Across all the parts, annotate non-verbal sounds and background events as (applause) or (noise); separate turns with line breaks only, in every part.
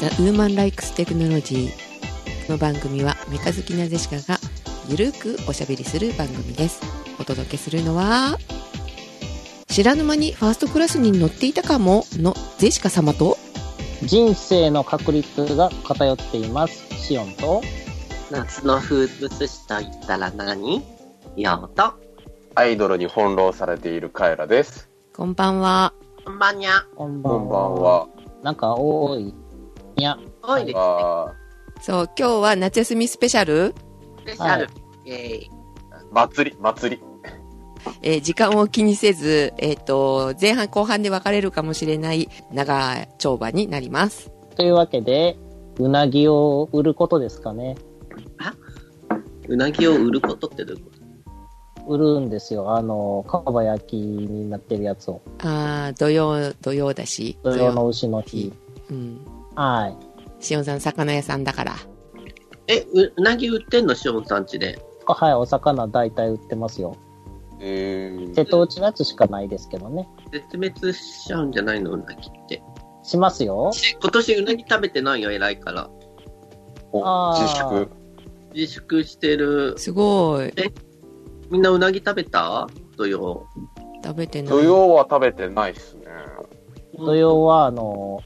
ザ・ウーマン・ライクス・テクノロジー。この番組はメカ好きなゼシカがゆるくおしゃべりする番組です。お届けするのは、知らぬ間にファーストクラスに乗っていたかものゼシカ様と、
人生の確率が偏っています。シオンと、
夏の風物詩と言ったら何ようと、
アイドルに翻弄されているカエラです。
こんばんは。
こんばんにゃ。
こんばんは。
こんばん。は。
なんか多い。いや、
多いですね。
あ
そう、今日は夏休みスペシャル、
スペシャル。イェーイ。
ー祭り、祭り。
えー時間を気にせず、えっ、と、前半後半で分かれるかもしれない長丁場になります。
というわけで、うなぎを売ることですかね。
うなぎを売ることってどういうこ
売るんですよ。あの、かば焼きになってるやつを。
ああ、土曜、土曜だし。
土曜の牛の日。
うん。
はい。
しおんさん、魚屋さんだから。
とえ、ううなぎ売ってんのしおんさんちで。
はい、お魚大体売ってますよ。
え
瀬
ー、
戸内のやつしかないですけどね。
絶滅しちゃうんじゃないのうなぎって。
しますよ。
今年うなぎ食べてないよ、偉いから。
お
あー
自粛。
自粛してる。
すごい。
みんなうなぎ食べた土曜。
食べてない。
土曜は食べてないっすね。
土曜は、あの、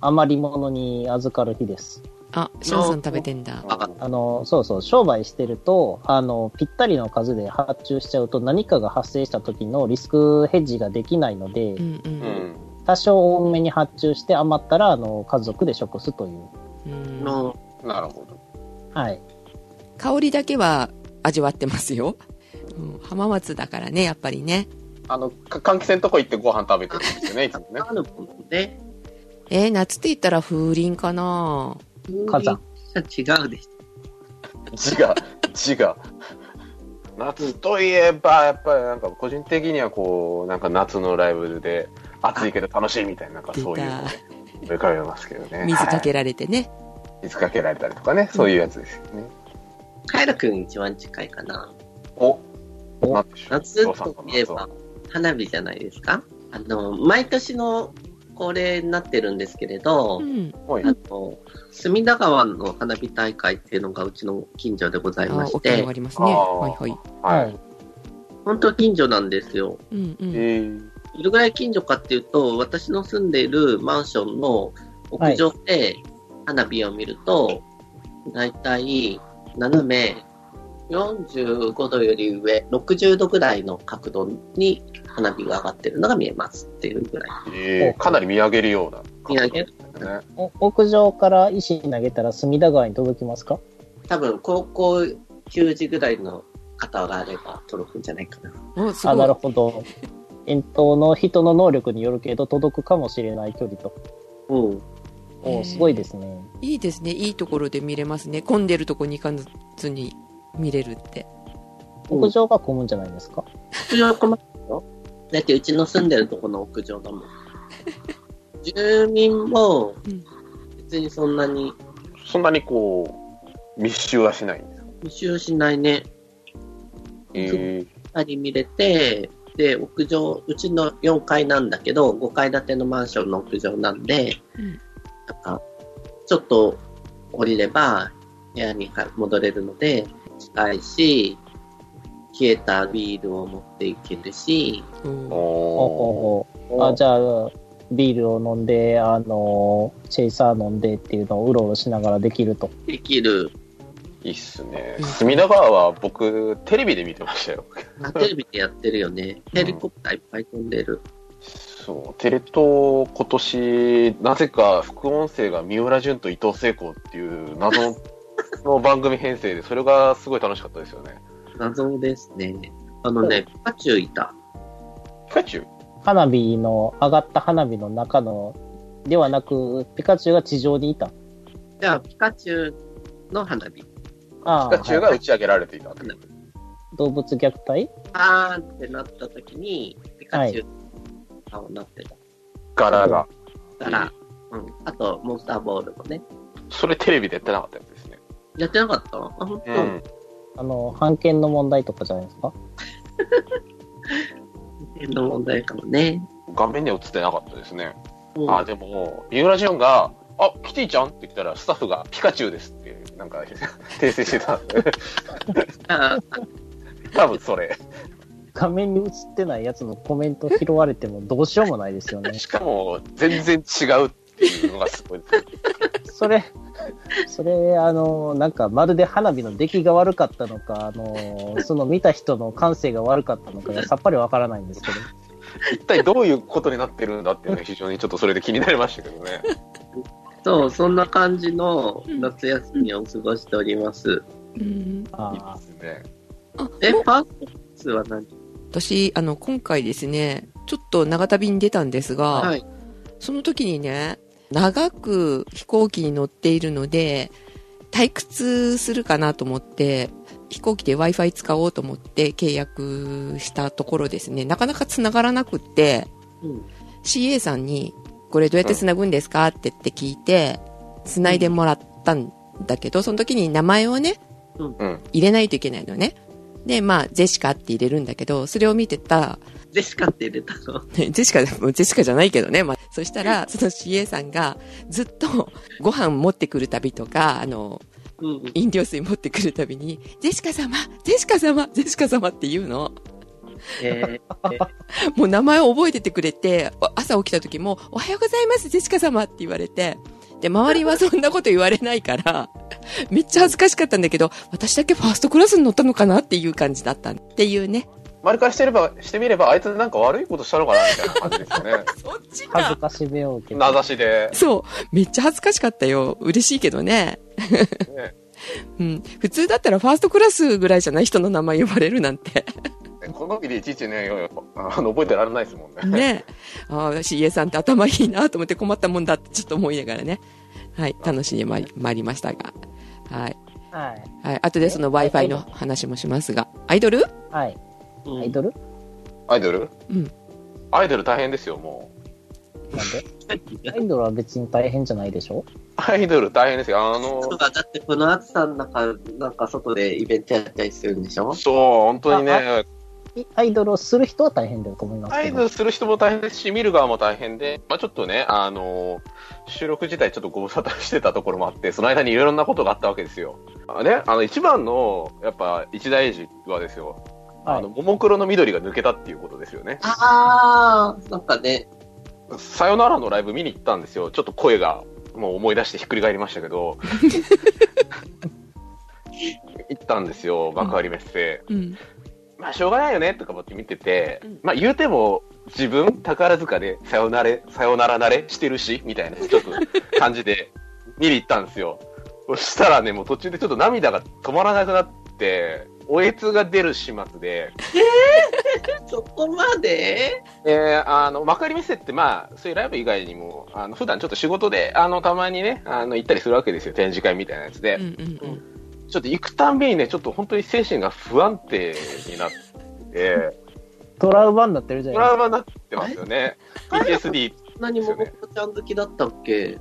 余り物に預かる日です。
あ、しおんさん食べてんだ。
わかっ
あの、そうそう、商売してると、あの、ぴったりの数で発注しちゃうと何かが発生した時のリスクヘッジができないので、
うんう。
うんん。
多少多めに発注して余ったら、あの、家族で食すという。
うん
の、
なるほど。
はい。
香りだけは味わってますよ。うん、浜松だからね、やっぱりね。
あの、か換気扇のとこ行ってご飯食べてるんですよね、いつもね。
あるもんね。
えー夏って言ったら風鈴かな
火山。
違うでし
字が、字が。夏といえば、やっぱりなんか個人的にはこう、なんか夏のライブで、暑いけど楽しいみたいな、なんか
出
そういうの
た
ね。浮かべますけどね。
水かけ
は
られてね。
い水かけられたりとかね、そういうやつですよね。
ょ。カエラくん一番近いかな。
お、
お
なんでしょう
夏
お父さ
と
んかない
えば、花火じゃないですかあの、毎年の恒例になってるんですけれど、
うん。
はい
あの、隅田川の花火大会っていうのがうちの近所でございま
あ、
し
沖縄
て
あ、りますね。
あー
はいはい。
はい。
本当近所なんですよ。
うんう
え
ん。
ー、
どれぐらい近所かっていうと、私の住んでいるマンションの屋上で花火を見ると、だいたい斜め45度より上、60度ぐらいの角度に花火が上がってるのが見えますっていうぐらい。
えー、かなり見上げるような。
見上げる
ね。
お屋上から石投げたら隅田川に届きますか
多分高校球児ぐらいの方があれば届くんじゃないかな。
お、す
あ、
ご
ないる。ほど。遠投の人の能力によるけど届くかもしれない距離と。
うん。
へー
おすごいですね。
いいですね。いいところで見れますね。混んでるとこに行かずに見れるって。
屋上が混むんじゃないですか、
屋上困るよ。だってうちの住んでるとこの屋上だもん。住民も
うん、
別にそんなに
そんなにこう、密集はしないんですか
無臭しないね。
え
二人見れて、で、屋上、うちの4階なんだけど、5階建てのマンションの屋上なんで、
うん
なんか、ちょっと降りれば、部屋に戻れるので、近いし、冷えたビールを持っていけるし、
う
ー、
ん
お
お
おおあ、じゃあ、ビールを飲んで、あの、チェイサー飲んでっていうのをうろうろしながらできると。
できる。
ーいいっすね
うん。
隅田川は僕、テレビで見てましたよ。
あテレビでやってるよね。ヘリコプターいっぱい飛んでる。
そう、テレ東今年、なぜか副音声が三浦淳と伊藤聖子っていう謎の番組編成で、それがすごい楽しかったですよね。
謎ですね。あのね、ピカチュウいた。
ピカチュウ
花火の、上がった花火の中の、ではなく、ピカチュウが地上にいた。
じゃあ、ピカチュウの花火。
あ
ピ
あ
カチュウが
は
打
い
ち上げられていたっていう。
動物虐待
あーってなった時に、ピカチュウの顔になって
柄が。
たから、うん。あと、モンスターボールもね。
それテレビでやってなかったやつですね。
やってなかったあ、ほんと、
うん。
あの、版権の問題とかじゃないですか
の問題かもね。
画面には映ってなかったですね。
うん
あ、でも、三浦淳が、あ、あ、キティちゃんって言ったら、スタッフがピカチュウですっていう、なんか、 (laughs) 訂正してた。
あ
多分それ。
画面に映ってないやつのコメント拾われてもどうしようもないですよ
(laughs)
ね。
しかも、全然違うっていうのがすごいですよ。
それ、それ、あの、なんか、まるで花火の出来が悪かったのか、あの、その見た人の感性が悪かったのかがさっぱりわからないんですけど、
一体どういうことになってるんだっていうのが非常にちょっとそれで気になりましたけどね。
そう、そんな感じの夏休みを過ごしております。
うん
あ
いいですね。
あもう
え、パーソナリティは何
私あの今回ですねちょっと長旅に出たんですが、
はい。
その時にね長く飛行機に乗っているので退屈するかなと思って飛行機で Wi-Fi 使おうと思って契約したところですねなかなか繋がらなくって
うん。
CA さんに、これどうやって繋ぐんですかって言って聞いて、繋いでもらったんだけど、その時に名前をね、
うん。
入れないといけないのね。で、まあ、ジェシカって入れるんだけど、それを見てた、
ジェシカって入れたの。
ね (laughs) ジェシカ、もうジェシカじゃないけどね、まあ、そしたら、 (laughs) その CA さんが、ずっとご飯持ってくるたびとか、あの、
うん。
飲料水持ってくるたびに、ジェシカ様ジェシカ様ジェシカ様って言うの。
え
もう名前を覚えててくれて、お朝起きた時も、おはようございます、ジェシカ様って言われて、で、周りはそんなこと言われないから、 (laughs) めっちゃ恥ずかしかったんだけど、私だけファーストクラスに乗ったのかなっていう感じだったっていうね。
周りからしてれば、してみれば、あいつなんか悪いことしたのかなみたいな感じですよね。
そっち
あ、恥ずかしめを受けて
名指しで。
そう。めっちゃ恥ずかしかったよ。嬉しいけどね。
ね
うん。普通だったらファーストクラスぐらいじゃない人の名前呼ばれるなんて。
この時でいちいちね、あの覚えてられないですもんね。
ね。 (laughs) ああ、CA さんって頭いいなと思って困ったもんだってちょっと思いながらね。はい。楽しんでまいりまいりましたが。はい。
はい。
はい。後でその Wi-Fi の話もしますが。アイドル
はい。
ー
アイドル
アイドル
うん。
アイドル大変ですよ、もう。
なんで
(laughs)
アイドルは別に大変じゃないでしょ
アイドル大変ですよ。あの、
とか、だってこの暑さの中、なんか外でイベントやったりするんでしょ
そう、本当にね、
いアイドルをする人は大変だと思います
ア
け
イ
ど。
ドルする人も大変ですし、見る側も大変で、まあちょっとね、あの、収録自体ちょっとご無沙汰してたところもあって、その間にいろんなことがあったわけですよ。あね、あの、一番の、やっぱ、一大事はですよ、
は
あ
い
の、。ももクロの緑が抜けたっていうことですよね。
ああ、なんかね、
さよならのライブ見に行ったんですよ。ちょっと声が、もう思い出してひっくり返りましたけど。 (laughs) 行ったんですよ、幕張メッセ。
うん。
まあ、しょうがないよね、とか思って見てて
うん、
まあ、言うても、自分、宝塚で、さよなら、さよなら慣れしてるし、みたいな、ちょっと感じで、 (laughs) 見に行ったんですよ。そしたらね、もう途中でちょっと涙が止まらなくなって、おえつが出る始末で、
そこまで
えー、あの、幕張メッセって、まあ、そういうライブ以外にも、あの、普段ちょっと仕事で、あの、たまにね、あの、行ったりするわけですよ、展示会みたいなやつで。
うんうんうん。
ちょっと行くたんびにね、ちょっと本当に精神が不安定になって、
トラウマになってるじゃ
ト
ないで
ラウマになってますよね。PTSD。
何も僕ちゃん好きだったっけ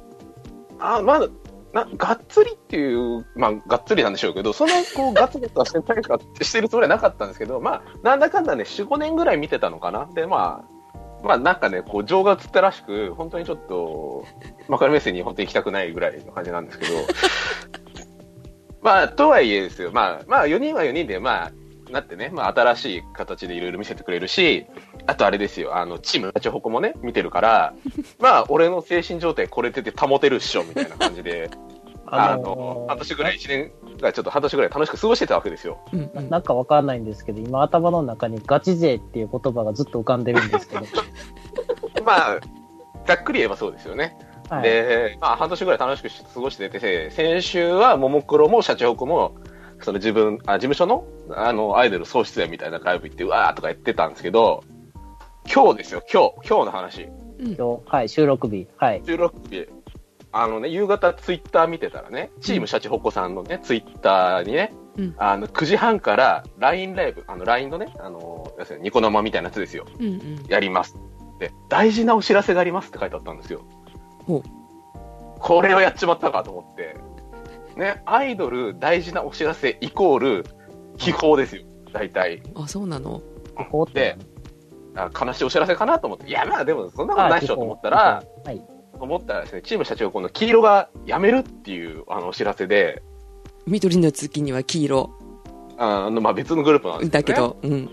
あ、まだ、な、がっつりっていう、まあ、がっつりなんでしょうけど、その、こう、ガツガツはしてないかってしてるつもりはなかったんですけど、まあ、なんだかんだね、4、5年ぐらい見てたのかな。で、まあ、まあ、なんかね、こう、情が映ったらしく、本当にちょっと、幕張メッセに本当に行きたくないぐらいの感じなんですけど、 (laughs) まあ、とはいえですよ、まあ、まあ、4人は4人で、まあ、なってね、まあ、新しい形でいろいろ見せてくれるし、あとあれですよ、あの、チーム、立ちほこもね、見てるから、まあ、俺の精神状態これでて保てるっしょ、みたいな感じで、
すか。
あの、半年ぐらい、一年ぐらい、ちょっと半年ぐらい楽しく過ごしてたわけですよ。
うんうん
なんかわかんないんですけど、今頭の中にガチ勢っていう言葉がずっと浮かんでるんですけ
(laughs)
ど。
まあ、ざっくり言えばそうですよね。
はい。
で、まあ、半年ぐらい楽しく過ごしてて、先週はももクロも社長子も、その自分、あ、事務所の、あの、アイドル総出演みたいなライブ行って、うわーとかやってたんですけど、今日ですよ、今日、今日の話。
今日、はい、収録日。はい。
収録日、あのね、夕方ツイッター見てたらね、チームシャチホコさんのね、ツイッターにね、
うん
あの、9時半から LINE ライブ、あの、LINE のね、あの、要するにニコ生みたいなやつですよ。
うんうん。
やります。で、大事なお知らせがありますって書いてあったんですよ。
ほう
これをやっちまったかと思って。ね、アイドル大事なお知らせイコール、秘宝ですよ。大体。
あ、そうなの
ここって。
あ悲しいお知らせかなと思って。いや、まあでもそんなことないでしょと思ったら、
はい。
思ったらですね、チーム社長、この黄色が辞めるっていうあのお知らせで、
緑の月には黄色
あのまあ、別のグループなんです
だけ
けどね、
ど、うん。
うん、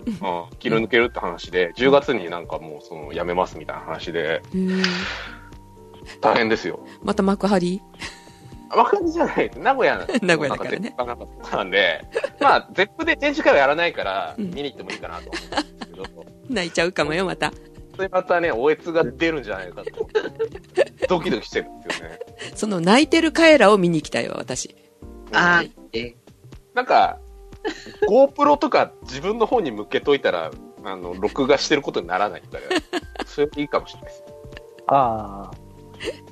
黄色抜けるって話で、10月になんかもうその辞めますみたいな話で、
へえ
大変ですよ。
また幕張
若手じゃない、名古屋
名古屋だからね
なんか絶対なんで、まあ、ゼップで展示会はやらないから、
うん
見に行ってもいいかなと思うんですけど、
泣いちゃうかもよ、また。
それまたね、おえつが出るんじゃないかと、ドキドキしてるんですよね。
その泣いてる彼らを見に行きたいわ、私。
あーって。
なんか、GoPro とか自分の方に向けといたら、あの、録画してることにならないから、 (laughs) それいいかもしれないです。
あ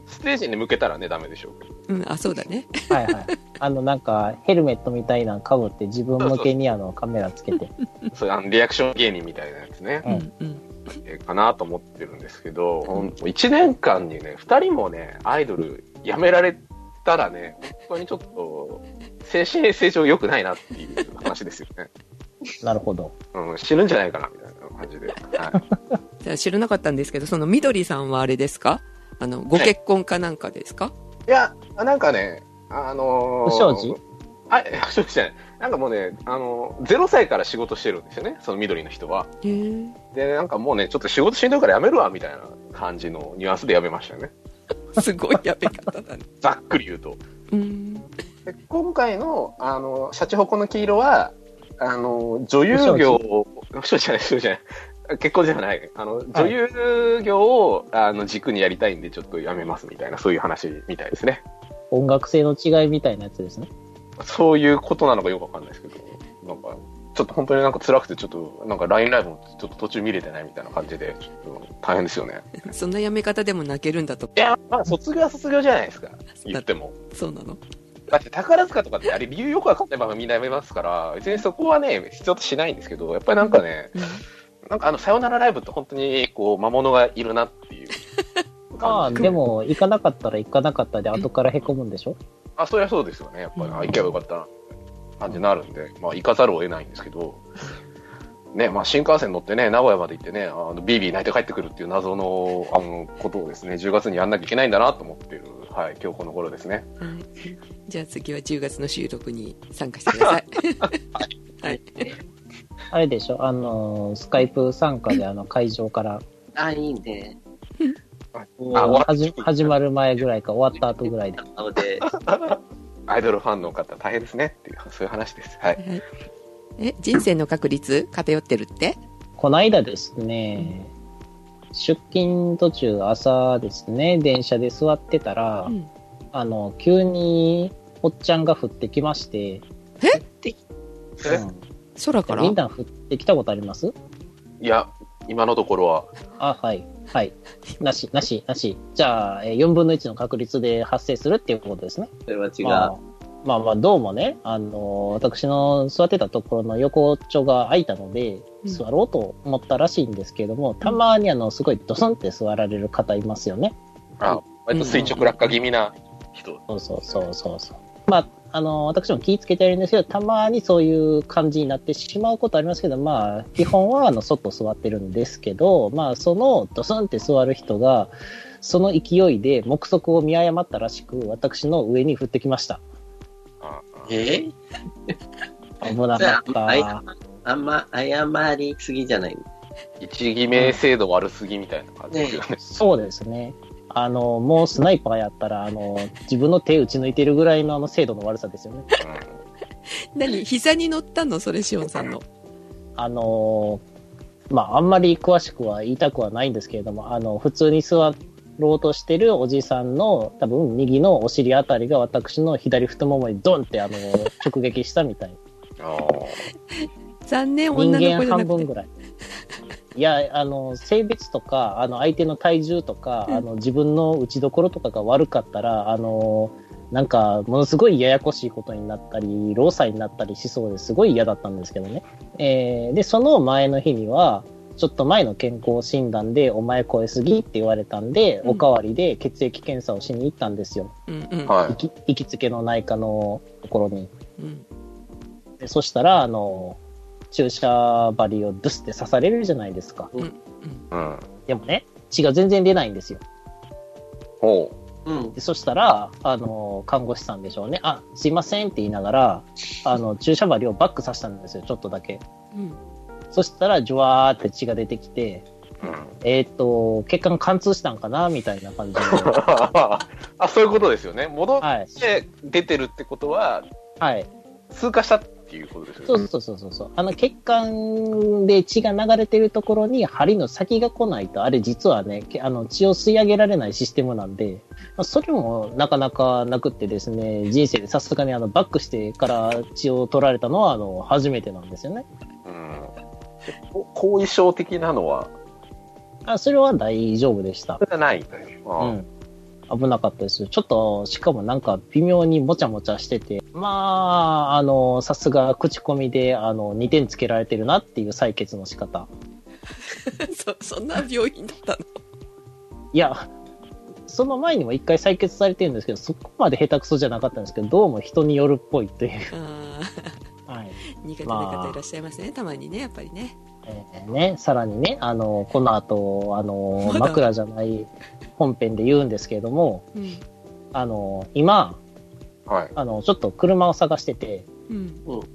ステージに向けたらね、ダメでしょうけど。
うん、あ、そうだね。
あ、はい
(laughs)
はい。あの、なんか、ヘルメットみたいなのかぶって、自分向けにあの、カメラつけ
(laughs)
て。
それあのリアクション芸人みたいなやつね、
う
うんん、
うん。
えーかなと思ってるんですけど、ほんと1年間にね、2人もね、アイドル辞められたらね、本当にちょっと、精神衛生上良くないなっていう話ですよね。
なるほど。
うん、死ぬんじゃないかな、みたいな感じで。はい
じゃあ知らなかったんですけど、その緑さんはあれですかあの、ご結婚かなんかですか、
いや、なんかね、あのー、
不祥事
あ、 (laughs) いや不祥事じゃない。なんかもうね、あのー、0歳から仕事してるんですよね、その緑の人は。
へえ。
で、なんかもうね、ちょっと仕事しんどいからやめるわ、みたいな感じのニュアンスでやめましたよね。
すごいやべ方だね。
ざっくり言うと。
(laughs) うん。
で今回の、あのー、シャチホコの黄色は、あのー、女優業を、不祥事じゃない、不祥事じゃない。結婚じゃない。あの、女優業を、あの、軸にやりたいんで、ちょっとやめますみたいな、そういう話みたいですね。
音楽性の違いみたいなやつですね。
そういうことなのかよくわかんないですけど、なんか、ちょっと本当になんか辛くて、ちょっと、なんか LINE ライブもちょっと途中見れてないみたいな感じで、ちょっと大変ですよね。
そんなやめ方でも泣けるんだと。
いや、まあ卒業は卒業じゃないですか、言っても。
そうなの
だって宝塚とかってあれ理由よくわかんないままみんなやめますから、別にそこはね、必要としないんですけど、やっぱりなんかね、
うん
なんかあの、さよならライブって本当に、こう、魔物がいるなっていう
(laughs) まあ、
感じ。
でも、行かなかったら行かなかったで、後から凹むんでしょ
あ、そりゃそうですよね。やっぱり、あ、行けばよかったな、感じになるんで、まあ、行かざるを得ないんですけど、ね、まあ、新幹線乗ってね、名古屋まで行ってね、あの、ビービー泣いて帰ってくるっていう謎の、あの、ことをですね、10月にやんなきゃいけないんだなと思ってる、はい、今日この頃ですね。
はい。じゃあ次は10月の収録に参加してくだ (laughs) さい。はい。
あれでしょあの、スカイプ参加で、あの、会場から、
あ、いいね。
あ
はじ始まる前ぐらいか、終わった後ぐらいで。
なので、
アイドルファンの方大変ですねっていう、そういう話です。はい。
はいえ、人生の確率偏ってるって
こないだですね、出勤途中朝ですね、電車で座ってたら、
うん。
あの、急におっちゃんが降ってきまして、う
え
空か
ん、
ら
みんな降ってきたことあります
いや、今のところは、
あ、はい、はい。なし、なし、なし。じゃあ、えー4分の1の確率で発生するっていうことですね。
それは違
ま
う
あ。、まあまあ、どうもね、あの、私の座ってたところの横っちょが空いたので、
うん
座ろうと思ったらしいんですけれども、たまにあの、すごいドスンって座られる方いますよね。
あ、割と垂直落下気味な人。
そうそうそうそうそう。まあ、あの、私も気ぃつけてるんですけど、たまにそういう感じになってしまうことありますけど、まあ、基本は、あの、外座ってるんですけど、まあ、その、ドスンって座る人が、その勢いで目測を見誤ったらしく、私の上に降ってきました。
ああ
えー
危なかった。
じゃあ、あんま、謝りすぎじゃない
一偽名制度悪すぎみたいな感じですよね。
そうですね。あの、もうスナイパーやったら、あの、自分の手打ち抜いてるぐらいのあの精度の悪さですよね。 (laughs)
うん
何膝に乗ったのそれ、しおんさんの。
あのーまあ、あんまり詳しくは言いたくはないんですけれども、あの、普通に座ろうとしてるおじさんの、多分右のお尻あたりが私の左太ももにドンって、あの、直撃したみたい。
あ
残念、
人
女の子
間
じゃな
半
く
分
て。
ぐらい。いや、あの、性別とか、あの、相手の体重とか、あの、自分の打ちどころとかが悪かったら、あの、なんか、ものすごいややこしいことになったり、労災になったりしそうですごい嫌だったんですけどね。えーで、その前の日には、ちょっと前の健康診断で、お前超えすぎって言われたんで、
うん
おかわりで血液検査をしに行ったんですよ。
うんうん
あ。はい
行。き行きつけの内科のところに。
うん
でそしたら、あの、注射針をドゥスって刺されるじゃないですか。
うん
うん。
でもね、血が全然出ないんですよ。
ほ
うん
で。そしたら、あの、看護師さんでしょうね。あ、すいませんって言いながら、あの、注射針をバックさせたんですよ、ちょっとだけ。
うん。 (laughs)
そしたら、ジュワーって血が出てきて、
う。うん。
えーっ、と、血管貫通したんかなみたいな感じで。
あ、そういうことですよね。戻っ
はい。
て出てるってことは、
はい。
通過したっていうことです
そ
よ
う
ね。
そうそうそうそう。あの、血管で血が流れてるところに針の先が来ないと、あれ実はね、けあの血を吸い上げられないシステムなんで、まあ、それもなかなかなくってですね、人生でさすがにあのバックしてから血を取られたのは、あの、初めてなんですよね。
うん。こ後遺症的なのは、
あそれは大丈夫でした
そ。れがないという。
う
あ
ん。危なかったです。ちょっと、しかもなんか微妙にもちゃもちゃしてて、まあ、あの、さすが口コミで、あの、2点つけられてるなっていう採血の仕方。
そ、そんな病院だったの
いや、その前にも一回採血されてるんですけど、そこまで下手くそじゃなかったんですけど、どうも人によるっぽいという。
あー
はい。
苦手な方いらっしゃいますね。たまにね、やっぱりね。
えーね、さらにね、あの、この後、あの
ま、だ
枕じゃない本編で言うんですけれども、
うん。
あの、今、
はい。
あの、ちょっと車を探してて、
うん。
おう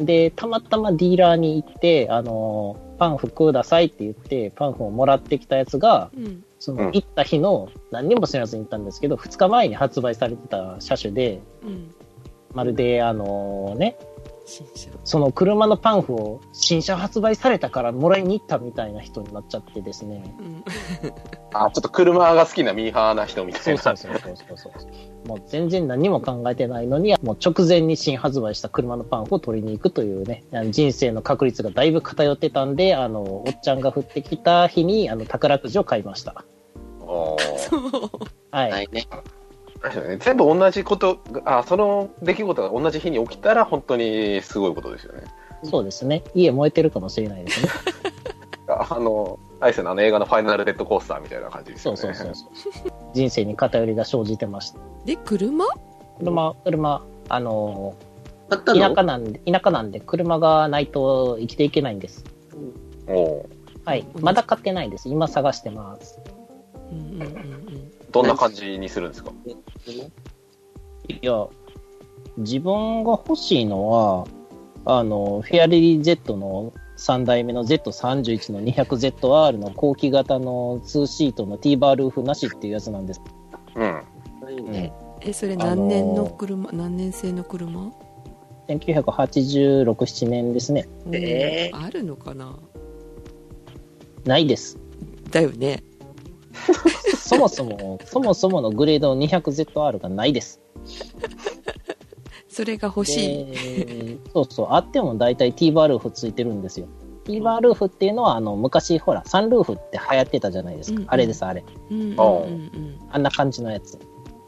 で、たまたまディーラーに行って、あの、パンフくださいって言って、パンフをもらってきたやつが、
うん。
そうの
ん
行った日の、何にも知らずに行ったんですけど、2日前に発売されてた車種で、
うん。
まるで、あのね、
新車。
その車のパンフを新車発売されたからもらいに行ったみたいな人になっちゃってですね。
うん。
あ、ちょっと車が好きなミーハーな人みた
そ
いう
そ
な
う。そうそうそうそう。もう全然何も考えてないのに、もう直前に新発売した車のパンフを取りに行くというね、あの人生の確率がだいぶ偏ってたんで、あの、おっちゃんが降ってきた日に、あの、宝くじを買いました。
おー
はい。
ないね。
あれですよね全部同じことがあ、その出来事が同じ日に起きたら、本当にすごいことですよね。
そうですね。家燃えてるかもしれないですね。
ああの、アイセンのあの映画のファイナルレッドコースターみたいな感じです
そ
よ
う
ね。
そうそうそう。 (laughs) 人生に偏りが生じてました。
で、車
車、車、あの、
買った
田
の
舎なんで、田舎なんで車がないと生きていけないんです。
おう
はい。
うん
まだ買ってないです。今探してます。
うんうんうんうん。
どんな感じにするんですか
いや、自分が欲しいのは、あの、フェアリー Z の3代目の Z31 の 200ZR の後期型の2シートの T バールーフなしっていうやつなんです。
うん。
ないね。
ね
え、それ何年の車、何年製の車
1986、7年ですね。
えー
うんあるのかな
ないです。
だよね。
そもそも、そもそものグレードの 200ZR がないです。
それが欲しい。
でそうそう、あっても大体 T バールーフついてるんですよ。T バールーフっていうのは、あの、昔、ほら、サンルーフって流行ってたじゃないですか。
うんうん
あれです、あれ。
うんうん
あ
うん
あんな感じのやつ。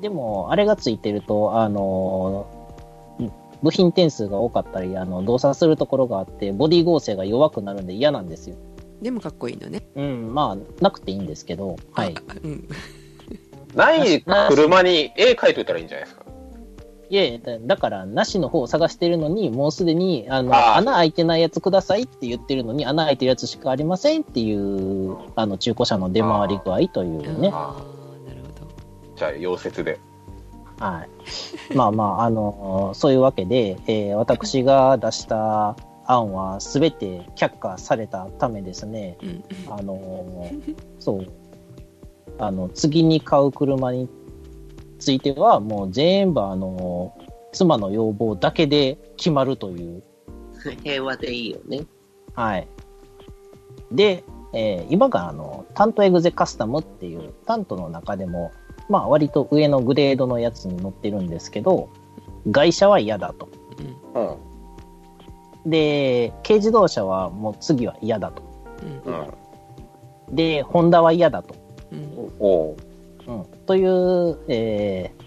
でも、あれがついてると、あのー、部品点数が多かったり、あの、動作するところがあって、ボディ剛性が弱くなるんで嫌なんですよ。
うん。でもかっこいいのね。
うん、まあ、なくていいんですけど、はい。
あ。うん。
ない車に絵描いといたらいいんじゃないですか。
いやいやだだから、なしの方を探してるのに、もうすでに、あの、
あー
穴開いてないやつくださいって言ってるのに、穴開いてるやつしかありませんっていう、あの、中古車の出回り具合というね。
ああ、なるほど。
じゃあ、溶接で。
はい。まあまあ、あの、そういうわけで、えー私が出した案は全て却下されたためですね、
うん。
あの、そう、あの、次に買う車については、もう全部、あの、妻の要望だけで決まるという、
平和でいいよね。
はい。で、えー今があの、タントエグゼカスタムっていう、タントの中でも、まあ割と上のグレードのやつに乗ってるんですけど、外車は嫌だと。
うん
うん。
で、軽自動車はもう次は嫌だと。
うん
うん。
で、ホンダは嫌だと。
うん
おう
うん。という、えー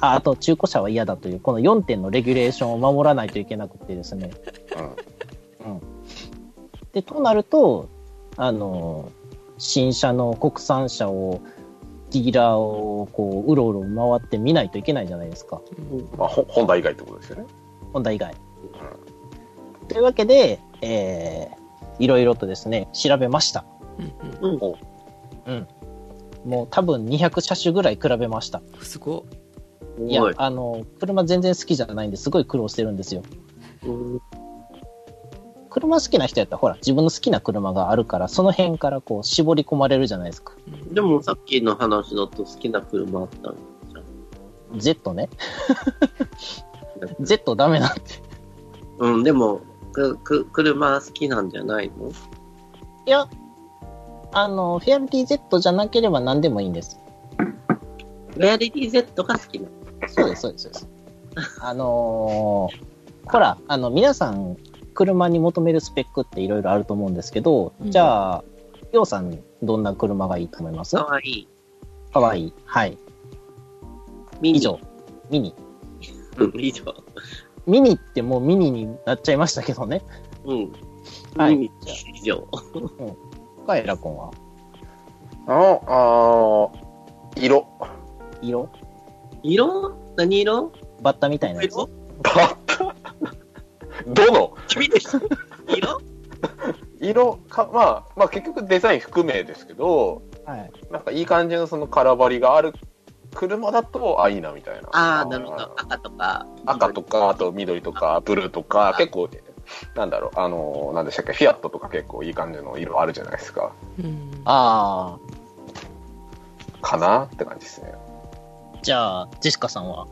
あ、あと中古車は嫌だという、この4点のレギュレーションを守らないといけなくてですね。
うん。
で、となると、あの、新車の国産車を、ディーラーをこう、うろうろ回って見ないといけないじゃないですか。
まあ、ほ本題以外ってことですよね。
本題以外。というわけで、えーいろいろとですね、調べました。
うんうん
おう
もう多分200車種ぐらい比べました。
すごっ
いや
ごい、。
あの、車全然好きじゃないんですごい苦労してるんですよ。
うん
車好きな人やったら、ほら、自分の好きな車があるから、その辺からこう、絞り込まれるじゃないですか。
うん
でもさっきの話だと好きな車あったの
Z ね。Z ダメなんて。
うん、でも、く、く、車好きなんじゃないの
いや、あの、フェアリティ Z じゃなければ何でもいいんです。
レアリティ Z が好きなの
そうです、そうです、そうです。あのーほら、あの、皆さん、車に求めるスペックっていろいろあると思うんですけど、
うん
じゃあ、ようさん、どんな車がいいと思います
かわいい。
かわいい。はい。
ミニ
以。上。ミニ。
うん、以上。
ミニってもうミニになっちゃいましたけどね。
うん。
はい
ミニじゃ以上。
カエラ君は
ああー、色。 (laughs)
色
色何色
バッタみたいなやつ
色
バッどの
君でした。色
色か、まあ、まあ結局デザイン含めですけど、
はい。
なんかいい感じのその空張りがある車だと、あ、いいなみたいな。
(laughs) ああ、なるほど。赤とか。
赤とか、あと緑とか、ブルーとか、結構、なんだろう、あの、なんでしたっけ、フィアットとか結構いい感じの色あるじゃないですか。
うん
あ
かなって感じですね。
あ、じゃあ、ジェシカさんは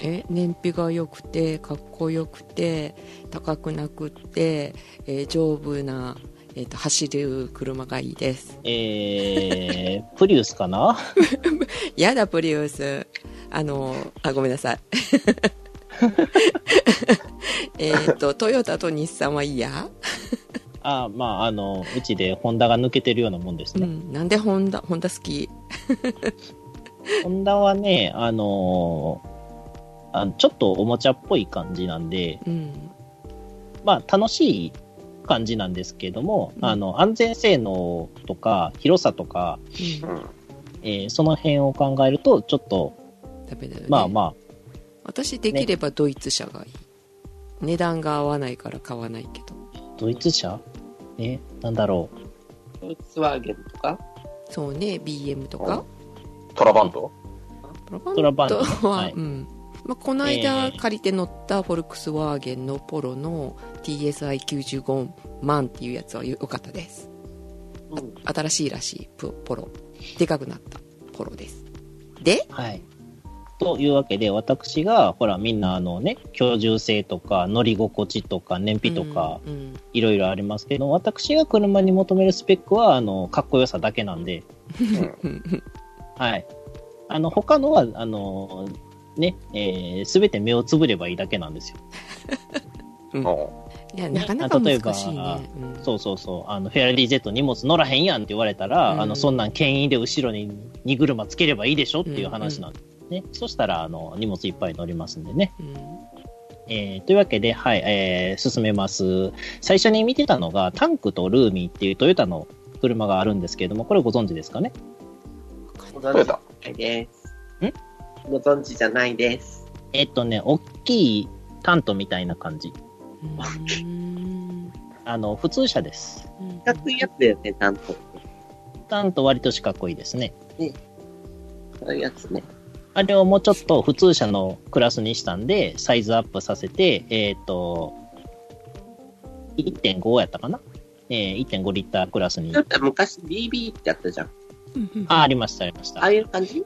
え燃費が良くてかっこよくて高くなくって、えー丈夫な、えー、と走る車がいいです
えー、プリウスかな
やだプリウスあのあごめんなさい (laughs) えっとトヨタと日産はいいや、
ああ、まあ、あの、うちでホンダが抜けてるようなもんです
う
ね。
ん、なんでホンダホンダ好き
ホンダはね、あのーあのちょっとおもちゃっぽい感じなんで、
うん
まあ、楽しい感じなんですけども、
うん
あの、安全性能とか、広さとか、
う
うんん。
えーその辺を考えると、ちょっと、
ダメだよね
まあまあ、
私できればドイツ車がいい、値段が合わないから買わないけど
ドイツ車え、なんだろう。
フォルクスワーゲンとか。
そうね BM とか
トラバ
(laughs)
ンド
プ
ト
ラ
ラ
バン
バン
ド
ド
は、
はい
うんまあ、この
え
間
ー
借りて乗ったフォルクスワーゲンのポロの TSI95 万っていうやつは良かったです
うん。
新しいらしいポポロでかくなったポロですで
はい。というわけで、私が、ほら、みんな、あのね、居住性とか、乗り心地とか、燃費とか、
うんうん
いろいろありますけど、私が車に求めるスペックは、あの、かっこよさだけなんで、
う
う
ん。
ん
はい。あの、他のは、あの、ね、えすべて目をつぶればいいだけなんですよ。
うん
いやなかなか
例え
難
ば
しいね、うん
そうそうそう。あの、フェアリー Z 荷物乗らへんやんって言われたら、
うん
あの、そんなん牽引で後ろに荷車つければいいでしょっていう話なんですね。そしたら、あの、荷物いっぱい乗りますんでね。
うん
えーというわけで、はい、えー進めます。最初に見てたのが、タンクとルーミーっていうトヨタの車があるんですけれども、これご存知ですかね
ご
トヨ
存知じゃ
タ。
ないです。ご存知じゃないです。
えっとね、大きいタントみたいな感じ。
うん
あの、普通車です。
うん
四角いやつだよね、担当。
タント割としかっこいいですね。
そういうやつね。
あれをもうちょっと普通車のクラスにしたんで、サイズアップさせて、えっ、と、1.5やったかなえー1.5リッタークラスに。
だって昔 BB ってやったじゃん。
うんうん
あ、ありました、ありました
あ。あいう感じ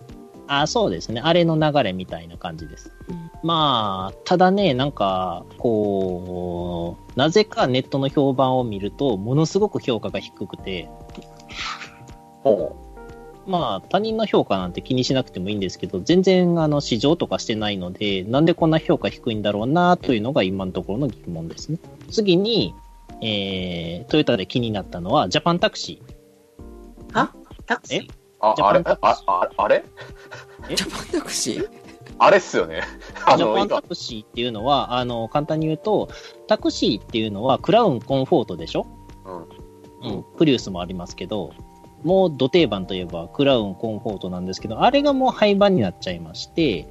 あそうですね。あれの流れみたいな感じです。
うん
まあ、ただね、なんか、こう、なぜかネットの評判を見ると、ものすごく評価が低くて、
ほ
まあ、他人の評価なんて気にしなくてもいいんですけど、全然、あの、市場とかしてないので、なんでこんな評価低いんだろうな、というのが今のところの疑問ですね。次に、えー、トヨタで気になったのは、ジャパンタクシー。
タクシー
うあ、
ジャ
あ
パ
れ
ンタクシー、
あ、ああれ
ジャパンタクシー
あれっすよね。あ
ジャ
の、
パン
今
タ、クシーっていうのは、あの、簡単に言うと、タクシーっていうのはクラウンコンフォートでしょ
うん
うん、プリウスもありますけど、もうド定番といえばクラウンコンフォートなんですけど、あれがもう廃盤になっちゃいまして、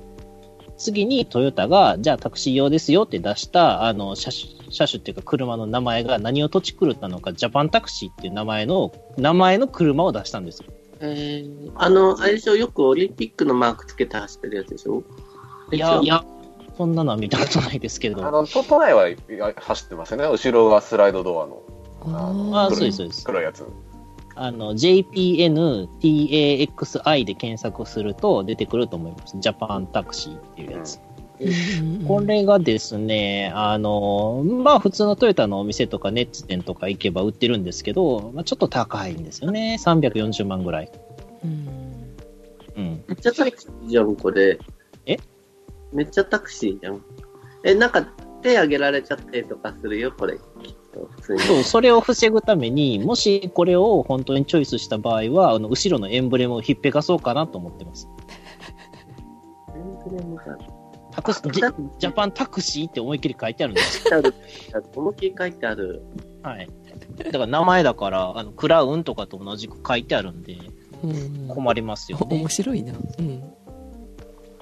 次にトヨタが、じゃあタクシー用ですよって出した、あの、車種、車種っていうか車の名前が何を土地狂ったのか、ジャパンタクシーっていう名前の、名前の車を出したんですよ。
えー、あの、あれでしょ、よくオリンピックのマークつけて走ってるやつでしょ
いや、いや、そんなのは見たことないですけど。
あの、都都内はいや走ってますよね。後ろはスライドドアの
あ
あ
あ、
ー
そうです、そうです。
黒いやつ。
あの、JPNTAXI で検索すると出てくると思います。ジャパンタクシーっていうやつ。これがですね、あの、まあ普通のトヨタのお店とかネッツ店とか行けば売ってるんですけど、まあ、ちょっと高いんですよね。340万ぐらい。
うん
うん。
めっちゃタクシーじゃん、これ。
え
めっちゃタクシーじゃん。え、なんか手挙げられちゃってとかするよ、これ。きっと、普通に。
そう、それを防ぐために、もしこれを本当にチョイスした場合は、あの、後ろのエンブレムをひっぺがそうかなと思ってます。
全然無理だ
タクス、ジ
だ
ジャパンタクシーって思いっきり書いてあるんですよ。
書いてある。思いっきり書いてある。
はい。だから名前だから、あの、クラウンとかと同じく書いてあるんで、
うん
困りますよね
面。白いな。うん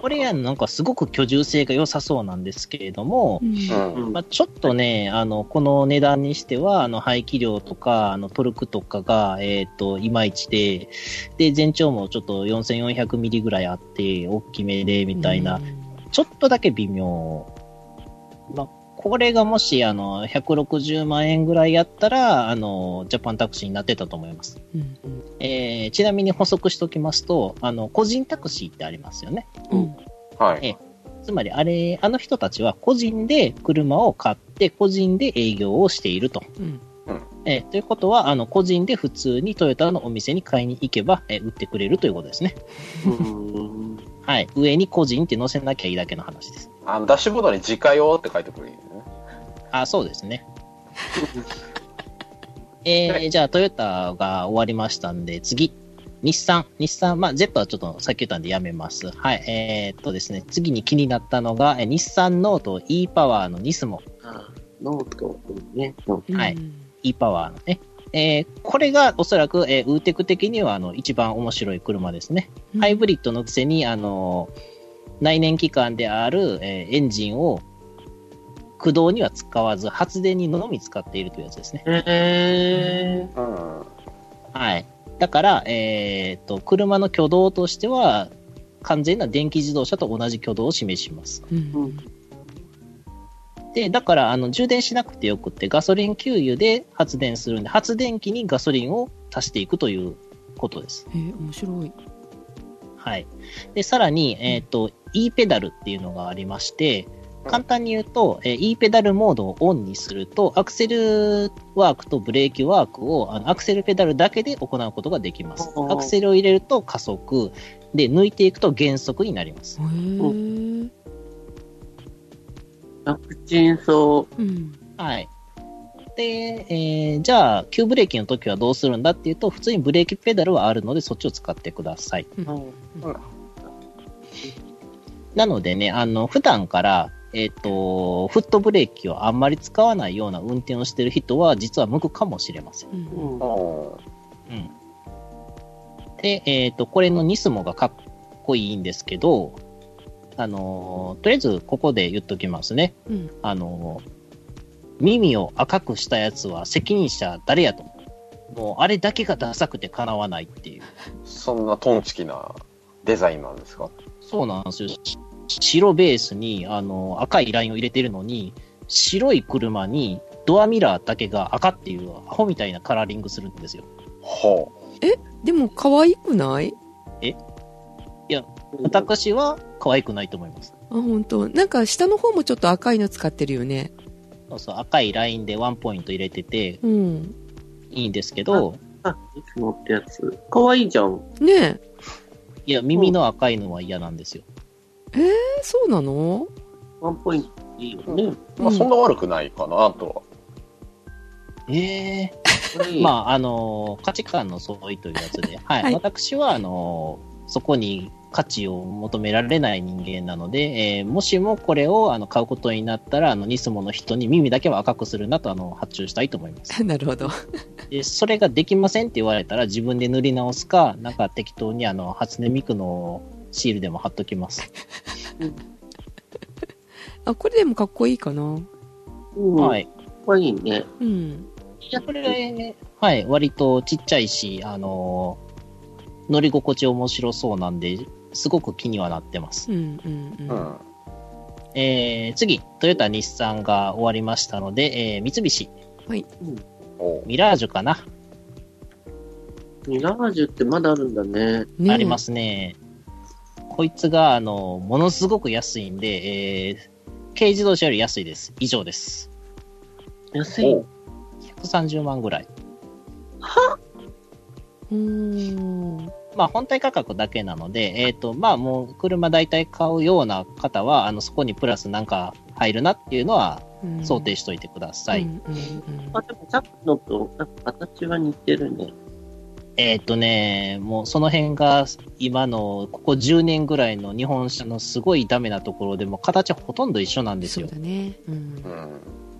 これはなんかすごく居住性が良さそうなんですけれども、
うん
うん。
まあ、ちょっとね、あの、この値段にしては、あの、排気量とか、あの、トルクとかが、えっ、と、いまいちで、で、全長もちょっと4400ミリぐらいあって、大きめで、みたいな、。ちょっとだけ微妙。まあ、これがもし、あの、160万円ぐらいやったら、あの、ジャパンタクシーになってたと思います。
うんうん
えーちなみに補足しておきますと、あの、個人タクシーってありますよね。
うん
はい。
つまり、あれ、あの人たちは個人で車を買って、個人で営業をしていると。
うん
えーということは、あの、個人で普通にトヨタのお店に買いに行けば、えー売ってくれるということですね。
うん。
はい。上に個人って載せなきゃいいだけの話です。
あの、ダッシュボードに自家用って書いてくるんですね。
あ、そうですね。 (laughs) えーじゃあ、トヨタが終わりましたんで、次。日産。日産。まあ、ゼップはちょっとさっき言ったんでやめます。はい。えーっとですね、次に気になったのが、えー日産ノート e パワーのニスモ。
あノートね。ノート
はい。e パワーのね。えーこれがおそらく、えーウーテク的にはあの一番面白い車ですね。ハイブリッドのくせに、あの内燃機関である、えーエンジンを駆動には使わず、発電にのみ使っているというやつですね。
へー
うん。
はい。だから、えーっと、車の挙動としては、完全な電気自動車と同じ挙動を示します。
うん
うん
で、だから、あの、充電しなくてよくって、ガソリン給油で発電するんで、発電機にガソリンを足していくということです。
えー面白い。
はい。で、さらに、えーっと、E ペダルっていうのがありまして、簡単に言うと、えー E ペダルモードをオンにすると、アクセルワークとブレーキワークを、あのアクセルペダルだけで行うことができます。
おー
アクセルを入れると加速、で、抜いていくと減速になります
へ。ー
楽ちんそ
うん
はい。で、えーじゃあ、急ブレーキの時はどうするんだっていうと、普通にブレーキペダルはあるので、そっちを使ってください。
う。
なのでね、あの、普段から、えっ、と、フットブレーキをあんまり使わないような運転をしてる人は、実は向くかもしれません。
うん
うん
う。ん。
うん。で、えっ、と、これのニスモがかっこいいんですけど、あのーとりあえずここで言っときますね。
うん
あのー耳を赤くしたやつは責任者誰やと。もう、あれだけがダサくてかなわないっていう。
そんなトンチキなデザインなんですか
そうなんですよ。し白ベースに、あのー赤いラインを入れてるのに、白い車にドアミラーだけが赤っていうアホみたいなカラーリングするんですよ。
ほ
でも可愛くない
私は可愛くないと思います。
あ本当なんか下の方もちょっと赤いの使ってるよね
そうそう、赤いラインでワンポイント入れてて
うん
いいんですけど、
あ、いつもってやつ。かわいいじゃん。
ね
いや、耳の赤いのは嫌なんですよ。
ええそうなの (laughs)
ワンポイントいいよね。
う。まあ、そんな悪くないかなと
ええ
これいい。
まあ、あのー価値観の相違というやつで、はい。
はい
私は、あのーそこに価値を求められない人間なので、えーもしもこれをあの買うことになったら、あの、ニスモの人に耳だけは赤くするなと、あの、発注したいと思います。
なるほど
で、それができませんって言われたら、自分で塗り直すか、なんか適当に、あの、初音ミクのシールでも貼っときます。
あこれでもかっこいいかな
うん、
は
か
い。
わいいね。
うん
やっ
これ、はい、割とちっちゃいし、あの乗り心地面白そうなんで、すごく気にはなってます。
うんうん
う
うん。
ん。
えー次、トヨタ、日産が終わりましたので、えー三菱、
おう
ミラージュかな、
ミラージュってまだあるんだ
ね
ね。
え
ありま。すね。こいつが、あの、ものすごく安いんで、えー軽自動車より安いです。以上です。
安
お。
いう
130万ぐらい。
うーん。
まあ、本体価格だけなので、えっ、と、まあ、もう、車大体買うような方は、あの、そこにプラスなんか入るなっていうのは
うん
想定しといてください。
うんうんうん
あ、でもさっきのと、なんか形は似てるね。
えっ、とね、もうその辺が今のここ10年ぐらいの日本車のすごいダメなところでもう形ほとんど一緒なんです
そう
よ。
だね。うん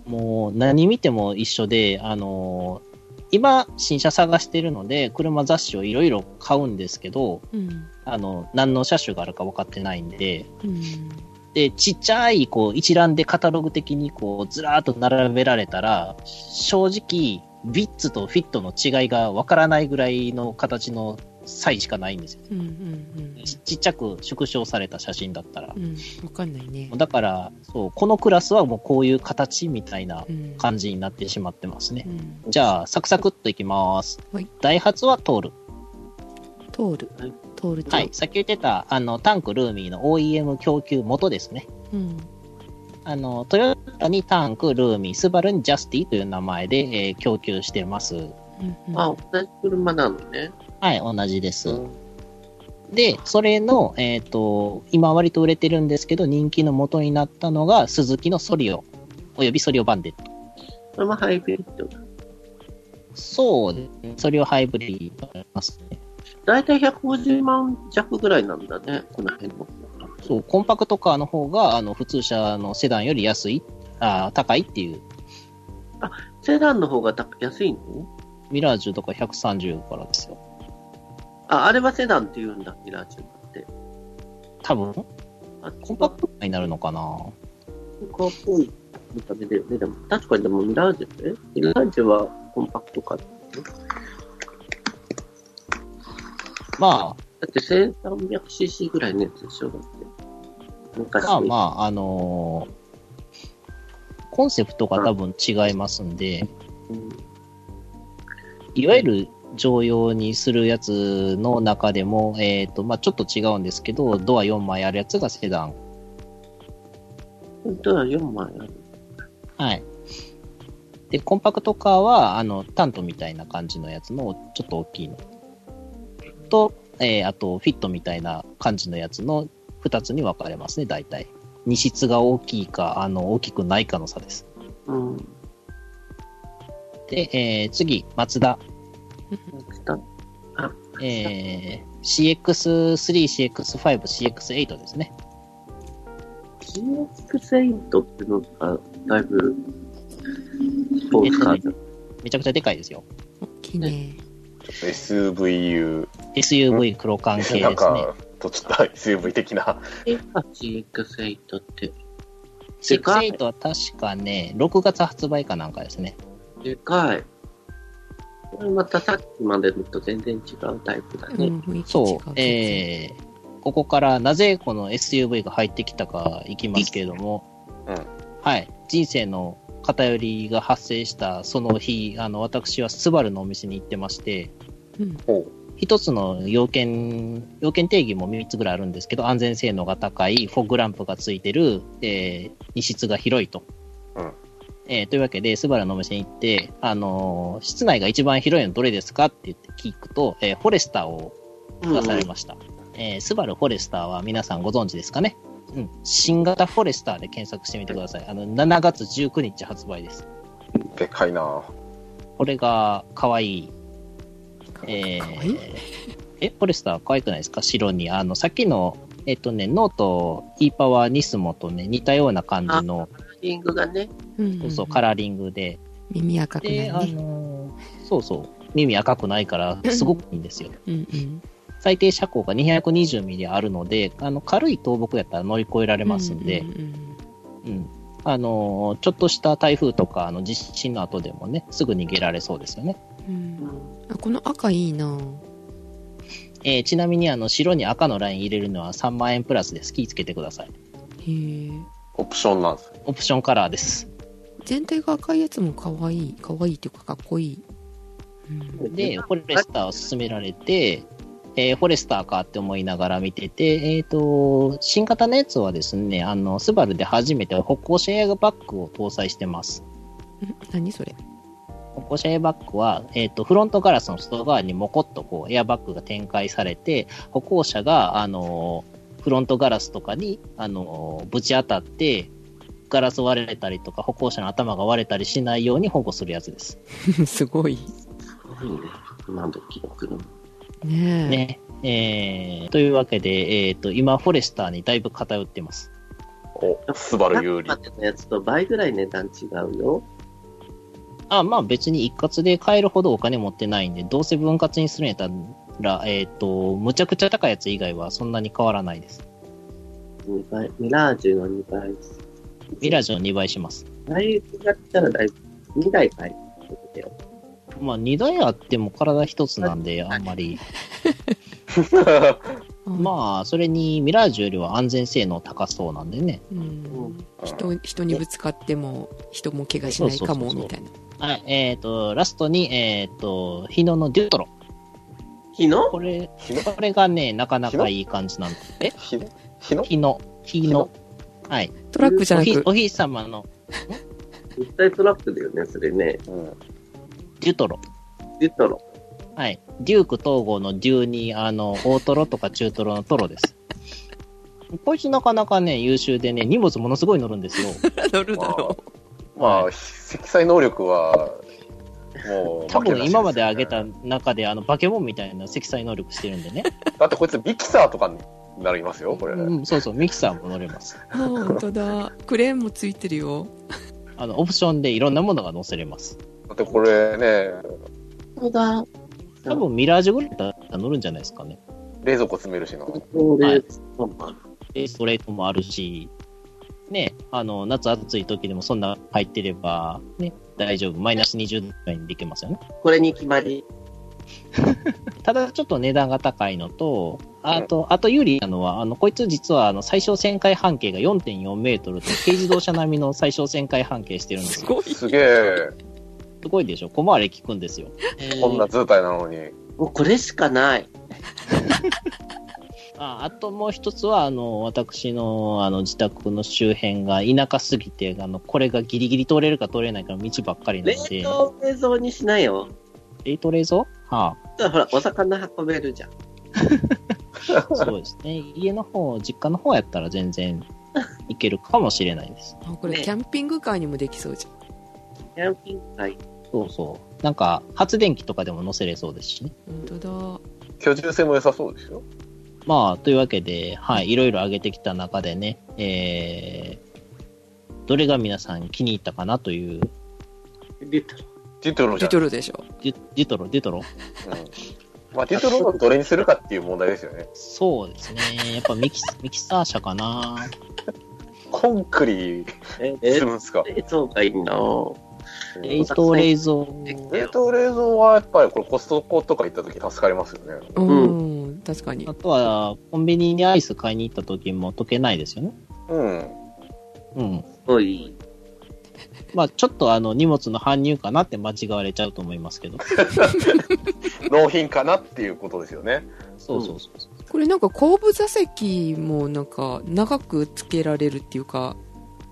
う。ん。
もう何見ても一緒で、あのー今新車探してるので車雑誌をいろいろ買うんですけど、
うん。
あの、何の車種があるか分かってないんで、
うん。
で、ちっちゃい、こう、一覧でカタログ的に、こう、ずらーっと並べられたら、正直、ビッツとフィットの違いがわからないぐらいの形の差異しかないんですよ。
うんうん
ちちっちゃく縮小された写真だったら
う。ん。うん。わかんないね。
だから、そう、このクラスはもうこういう形みたいな
うん。
感じになってしまってますね
う。ん。
じゃあ、サクサクっといきます
はい。
ダイハツは通る。
通る
はい。
通る。
はい。。さっき言ってた、あの、タンクルーミーの OEM 供給元ですね。
うん。
あの、トヨタにタンク、ルーミー、スバルにジャスティという名前で、えー供給してます。
うんうん
あ、同じ車なのね。
はい、同じです。
うん
で、それの、えっ、と、今割と売れてるんですけど、人気の元になったのが、スズキのソリオ、およびソリオバンデット。
これもハイブリッドだ。
そうですね、ソリオハイブリッドになりますね。
だいたい150万弱ぐらいなんだね、この辺の。
そう、コンパクトカーの方が、あの、普通車のセダンより安い、あー高いっていう、
セダンの方が高安いの
ミラージュとか130からですよ。
あ、あれはセダンって言うんだ、ミラージュって。
多分、
あ
コンパクトカーになるのかな
カーっぽい見た目だよね。でも、確かにでもミラージュね。ミラージュはコンパクトか。だ
まあ、
って 1300cc ぐらいのやつでしょ、だって。昔。
まあまあ、あのーコンセプトが多分違いますんで、
うん
いわゆる常用にするやつの中でも、えっ、と、まあちょっと違うんですけど、ドア4枚あるやつがセダン。
本当は4枚ある。
はい。で、コンパクトカーは、あの、タントみたいな感じのやつの、ちょっと大きいの。と、えーあと、フィットみたいな感じのやつの2つに分かれますね、大体。荷室が大きいか、あの、大きくないかの差です。
うん。
で、えー次、マツダ。
だ
えー CX3、CX5、CX8 ですね。
GX セイントってのが、だいぶ、スポーツカーじゃん。
めちゃくちゃでかいですよ。
大きいね。
SVU。
SUV 黒缶系
(laughs) なん
ですね。
か、とちょっと SUV 的な。
あ GX セイントって、でかい
CX8 は確かね、6月発売かなんかですね。
でかい。これまたさっきまでのと全然違うタイプだ
う
ね。
ん。雰囲気違
そう、
全
えーここからなぜこの SUV が入ってきたかいきますけれども、
うん
はい、人生の偏りが発生したその日、あの、私はスバルのお店に行ってまして、
然
おう
一つの要件、要件定義も3つぐらいあるんですけど、安全性能が高い、フォグランプがついてる、えー、荷室が広いと。
うん
えーというわけで、スバルのお店に行って、あのー室内が一番広いのどれですかって言って聞くと、えーフォレスターを
うん
出されました。えースバルフォレスターは皆さんご存知ですかねうん。新型フォレスターで検索してみてください。あの、7月19日発売です。
でかいな。
これが可愛い。え
かわいい
ー、え、フォレスター可愛くないですか白に。あの、さっきの、えっとね、ノート、e パワー、ニスモとね、似たような感じの、
リングがね、
うん。
そうそう、
か
カ
ら
ラーリングで。
耳赤くな
で、あ
るね。
のー、そうそう、耳赤くないから、すごくいいんですよ。
うんうん。
最低車高が220ミリあるので、あの、軽い倒木やったら乗り越えられますんで
う、ん
うん。あのー、ちょっとした台風とか、あの、地震の後でもね、すぐ逃げられそうですよね。
うん。
う
うん
ん
あこの赤いいな。
えーちなみにあの白に赤のライン入れるのは3万円プラスです。気ぃつけてください。
へえ
オプションなんですね。
オプションカラーです。
全体が赤いやつも可愛い可愛いっていうかかっこいい、うん、
で、フォレスターを勧められて、えーフォレスターかって思いながら見てて、えっ、と、新型のやつはですね、あの、スバルで初めて歩行者エアバッグを搭載してます。
何それ (laughs)
歩行者エアバッグは、えっ、と、フロントガラスの外側にもこっとこう、エアバッグが展開されて、歩行者が、あのーフロントガラスとかに、あのーぶち当たって、ガラス割れたりとか、歩行者の頭が割れたりしないように保護するやつです。
すごい
すごいね。今時の車。
ねえ
ね。えー、というわけで、えっ、と、今、フォレスターにだいぶ偏ってます。
お、スバル有利
今。までのやつと倍ぐらい値段違うよ。
あ、まあ別に一括で買えるほどお金持ってないんで、どうせ分割にするんやったら、えっ、と、むちゃくちゃ高いやつ以外はそんなに変わらないです。
二倍、ミラージュの2倍。
ミラージュの2倍します。
倍だったらだいぶ、2台買いに行ってよ。
まあ2台あっても体一つなんで、あんまり。
うん
まあ、それにミラージュよりは安全性能高そうなんでね。
うん、人人にぶつかっても人も怪我しないかも
そうそうそうそう
みたいな
はい、えっ、と、ラストに、えっ、と、日野のデュトロ。
日の
これ、
日野
これがね、なかなかいい感じなんで。え
日野日野
日野、日野。はい。
トラックじゃな
おひ
く
おひいさまの
絶対トラックだよね、それね。
うん。
デュトロ。
デュトロ。
はい。デューク統合のデューに、あの、大トロとか中トロのトロです。こいつなかなかね、優秀でね、荷物ものすごい乗るんですよ。
(laughs) 乗るだろう
まあ、積載能力は、もう、
多
負けなし
分
す
今まで挙げた中で、あの、化け物みたいな積載能力してるんでね。
だってこいつビキサーとかになりますよ、これ。
うん、そうそう、ミキサーも乗れます。
あ本当だクレーンもついてるよ
あの、オプションでいろんなものが乗せれます。
だってこれね、
そうだ。
多分ミラージュぐらいだったら乗るんじゃないですかね。
冷蔵庫詰めるしな。
そう
は
で
い
す。そうなの
で、ストレートもあるし、ね、あの、夏暑い時でもそんな入ってれば、ね、大丈夫。マイナス20度ぐらいにできますよね。
これに決まり。
ただちょっと値段が高いのと、あと、あと有利なのは、あの、こいつ実は、あの、最小旋回半径が4.4メートルと、軽自動車並みの最小旋回半径してる
(laughs)
んです
す
よ。
ごい
すげえ、
すごいでしょ小回り効くんですよ。
こんな図体なのに。
もうこれしかない。
ああともう一つは、あの、私の、あの、自宅の周辺が田舎すぎて、あの、これがギリギリ通れるか通れないかの道ばっかりな
冷
ので、
凍冷蔵にしないよ。
冷凍冷蔵は
ほら、お魚運べるじゃん。
あ、そうですね。家の方、実家の方やったら全然いけるかもしれないです。
あこれキャンピングカーにもできそうじゃん
キャンピングカー
そうそう。なんか、発電機とかでも乗せれそうですしね。
本当
居住性も良さそうですよ。
まあ、というわけで、はい、いろいろ上げてきた中でね、えー、どれが皆さん気に入ったかなという、
デュトロ。
デュトロ
だ
じ
リ
ゃん。
トルでしょ
デュデュトロ、デュトロ
うんまあ、デュトロをどれにするかっていう問題ですよね。
そうですね。やっぱミキ (laughs) ミキサー車か (laughs) な。
コンクリ
え、
するんすか。
冷凍がいいな
冷凍冷蔵。
冷凍冷蔵はやっぱりこれコストコとか行った時助かりますよね。
うん、確かに
あとは、コンビニにアイス買いに行った時も溶けないですよね。
うん。
うん。
すごい。
まあ、ちょっとあの、荷物の搬入かなって間違われちゃうと思いますけど。
納品かなっていうことですよね。
そうそうそう。
これなんか後部座席もなんか長くつけられるっていうか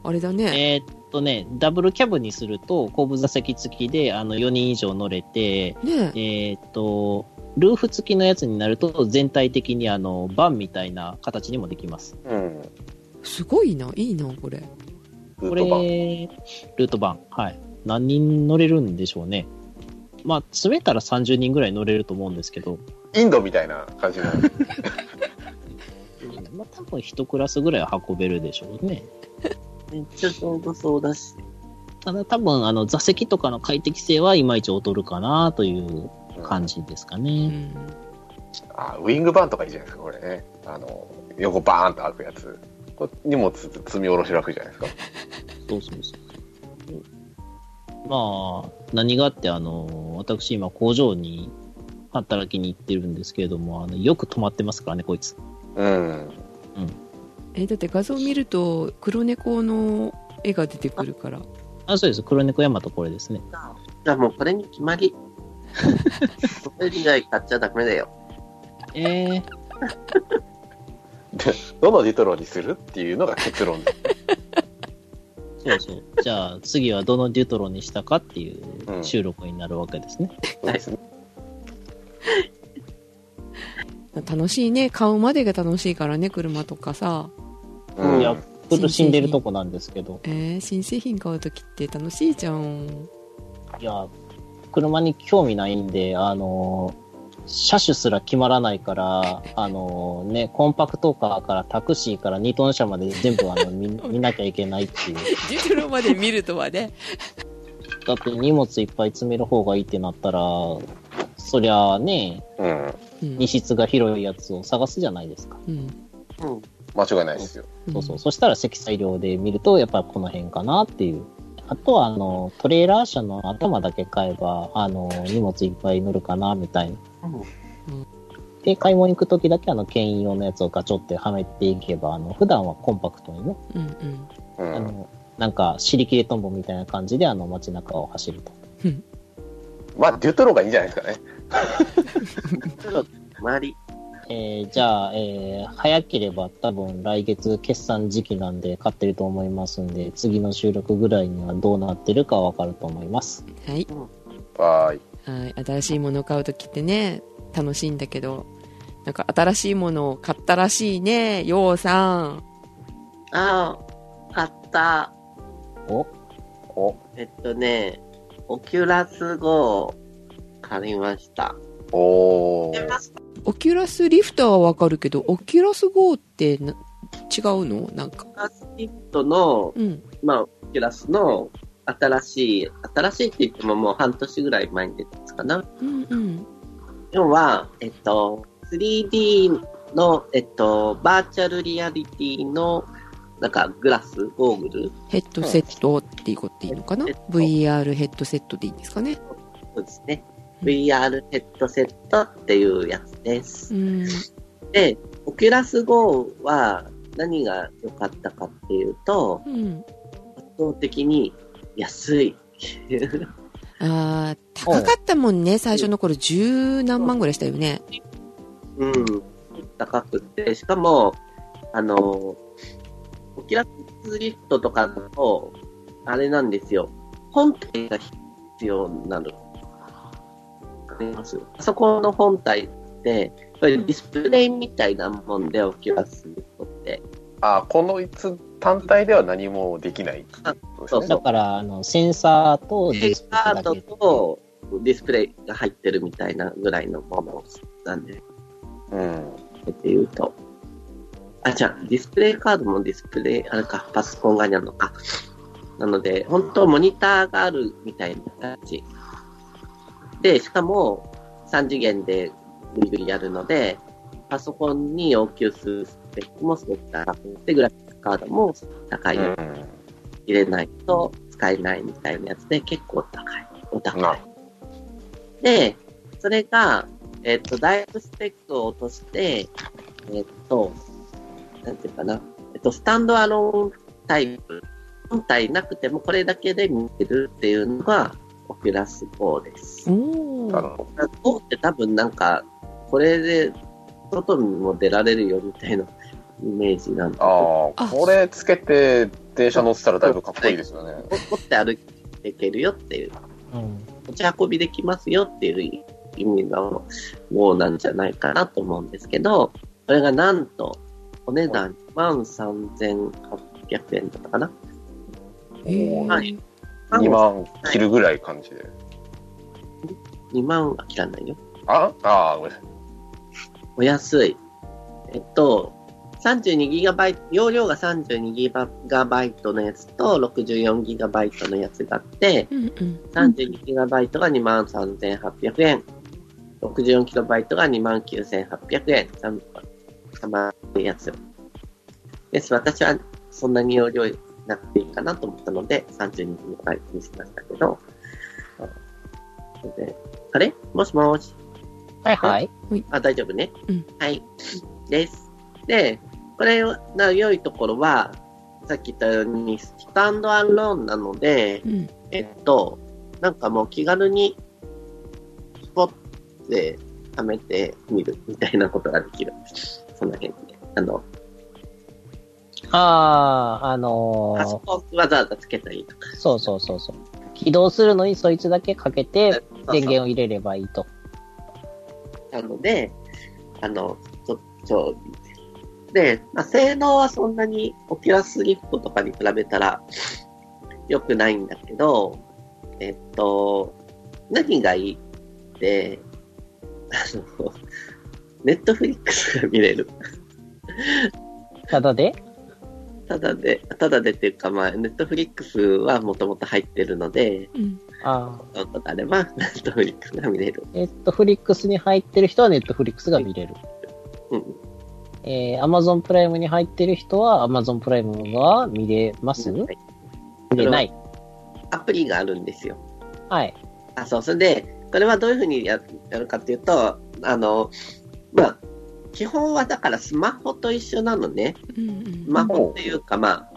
あれだね
えーっとね、ダブルキャブにすると、後部座席付きで、あの、4人以上乗れて、
ねえ
えーっと、ルーフ付きのやつになると、全体的にあの、バンみたいな形にもできます。
うん。
すごいないいなこれ
ル
こ
ー
れ、
ト版。
ルート版。はい。何人乗れるんでしょうね。まあ、詰めたら30人ぐらい乗れると思うんですけど、
インドみたいな感じの。
まあ、多分一クラスぐらいは運べるでしょうね。
めっちゃちょうどそうだし。
ただ多分、あの、座席とかの快適性はいまいち劣るかなという (laughs) 感じですか
う
ね。
ん
あウィングバーンとかいいじゃないですか、これね。あの、横バーンと開くやつ。これ荷物積み下ろし楽じゃないですか。
そうそうそう。まあ、何があって、あの、私今工場に働きに行ってるんですけれども、あのよく止まってますからね、こいつ。
うん。
えだって画像見ると黒猫の絵が出てくるから
あ、そうです。黒猫山とこれですね。
じゃあもうこれに決
(laughs)
まり。これ以外買っちゃダメだよ。
ええ
どのディトロにするっていうのが結論です。
そうそう。じゃあ、次はどのデュトロにしたかっていううん収録になるわけですね。
そうですね。
楽しいね買うまでが楽しいからね車とかさ、
うん
いや、ちょっと死んでるとこなんですけど、
えー新製品買う時って楽しいじゃ (laughs) ん
いや、車に興味ないんで、あのー、車種すら決まらないから、あのーね、コンパクトカーからタクシーから2トン車まで全部あの見見なきゃいけないっていう。
デュトロまで見るとはね
だって荷物いっぱい詰める方がいいってなったら、そりゃあね、
うん。
うん
荷室が広いやつを探すじゃないですか。
うん
うん。
間違いないですよ。
そうそう。そしたら積載量で見ると、やっぱこの辺かなっていう。あとは、あの、トレーラー車の頭だけ買えば、あの、荷物いっぱい乗るかな、みたいな。
うん
で、買い物行くときだけ、あの、牽引用のやつをガチョってはめていけば、あの、普段はコンパクトにね、
うんうん
う
あ
ん。
の、なんか、尻切れトンボみたいな感じで、あの、街中を走ると。
まあ、デュトロがいいんじゃないですかね。
ちょっと決まり。
えーじゃあ、えー早ければ多分来月決算時期なんで買ってると思いますんで、次の収録ぐらいにはどうなってるかわかると思います。
はい
はーい。
はい、新しいものを買う時ってね楽しいんだけどなんか新しいものを買ったらしいねようさん
ああ、買った。
お
お、
えっとね、オキュラス号を買いました。
おー。
オキュラスリフターはわかるけどオキュラス GO ってな違うのなんか
オキュラスキットの、
うん
まあ、オキュラスの新しい、新しいって言ってももう半年ぐらい前に出たやつかな。
うんうん
要は、えっと、3D の、えっと、バーチャルリアリティの、なんか、グラス、ゴーグル
ヘッドセットっていうことでいいのかな
ヘッドセット
VR ヘッドセットでいいんですかね
そうですね。
うん
VR ヘッドセットっていうやつです
う。ん
で、オキュラス GO は何が良かったかっていうと、
うん
圧倒的に安い。
あー高かったもんね最初の頃十何万ぐらいしたよね
うん、高くて、しかも、あの、オキュラスリフトとかだと、あれなんですよ、本体が必要になる。わかりますパソコンの本体って、これディスプレイみたいなもんで、オキュラスリフトって。
あ、このいつ単体では何もできない。
あ
そうです
だ
ね。
から、あの、センサーとディスプレ
カ
イ
ー
だ
ド
け。
とディスプレイが入ってるみたいなぐらいのものなんで、
うん。
っていうと。あ、じゃあ、ディスプレイカードもディスプレイ、あれか、パソコンがにあるのか。なので、本当モニターがあるみたいな感じ。で、しかも、3次元でぐりぐりやるので、パソコンに要求するスペックもすごく高くて、グラフィックカードも高いの
う
入れないと使えないみたいなやつで、結構高い。お高
ん。
い。
なる
で、それが、えっ、と、ダイエットスペックを落として、えっ、と、なんていうかな、えっ、と、スタンドアローンタイプ、本体なくてもこれだけで見てるっていうのが、オキュラス GO です。
お
なる
ー
ほ
GO って多分なんか、これで外にも出られるよみたいなイメージなんだけど、
ど。
あ
ああ、これつけて電車乗ってたらだいぶかっこいいですよね。
持って歩いていけるよっていう、
うん。
持ち運びできますよっていう意味の GO なんじゃないかなと思うんですけど、それがなんと、お値段23,800円だったかな。
へー
はい
2万切るぐらい感じで。
2万は切らないよ。
ああー、ごめんなさい。
お安い。えっと、32GB、容量が 32GB のやつと 64GB のやつがあって、
うんうんうん
32GB が23,800円、64GB が29,800円、3まるやつ。です。私はそんなに容量なくていいかなと思ったので、32GB にしましたけど、であれもしもし。
はいはい。
あ、大丈夫ね。
うん
はい。です。で、これの良いところは、さっき言ったように、スタンドアローンなので、
うん。
えっと、なんかもう気軽に、スポッて、はめてみるみたいなことができる。その辺で。あの、
ああ、あの
パス
ー、
ポーツわざわざつけたりとか。
そうそうそうそう。起動するのにそいつだけかけて電源
を。
を入れればいいと。
なので、あの、ちょ、ちょ、で、まあ、性能はそんなに、オキュラスリフトとかに比べたら、良くないんだけど、えっと、何がいいって、あの、ネットフリックスが見れる。
ただで
ただで、ただでっていうか、まあ、ネットフリックスはもともと入ってるので、
うん。
ああ。
そういうことあれば、 (laughs) ネットフリックスが見れる。
ネットフリックスに入ってる人はネットフリックスが見れる。
うん。
えー、Amazon プライムに入ってる人は Amazon プライムが見れます見れない。
アプリがあるんですよ。
はい。
あ、そう、それで、これはどういうふうにややるかっていうと、あの、まあ、基本はだからスマホと一緒なのね。
うん。
スマホっていうか、まあ、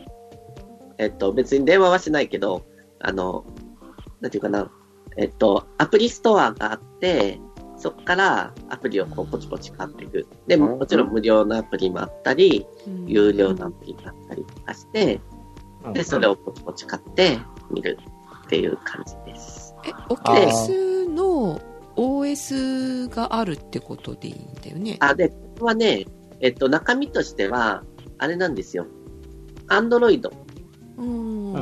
えっと、別に電話はしないけど、あの、なんていうかな、えっと、アプリストアがあって、そこからアプリをこうポチポチ買っていく。でも、もちろん無料のアプリもあったり、
うん
有料のアプリがあったりとかして、で、それをポチポチ買って見るっていう感じです。
え、オキュラスの OS があるってことでいいんだよね。
あ、で、これはね、えっと、中身としては、あれなんですよ。アンドロイド。
うん。
う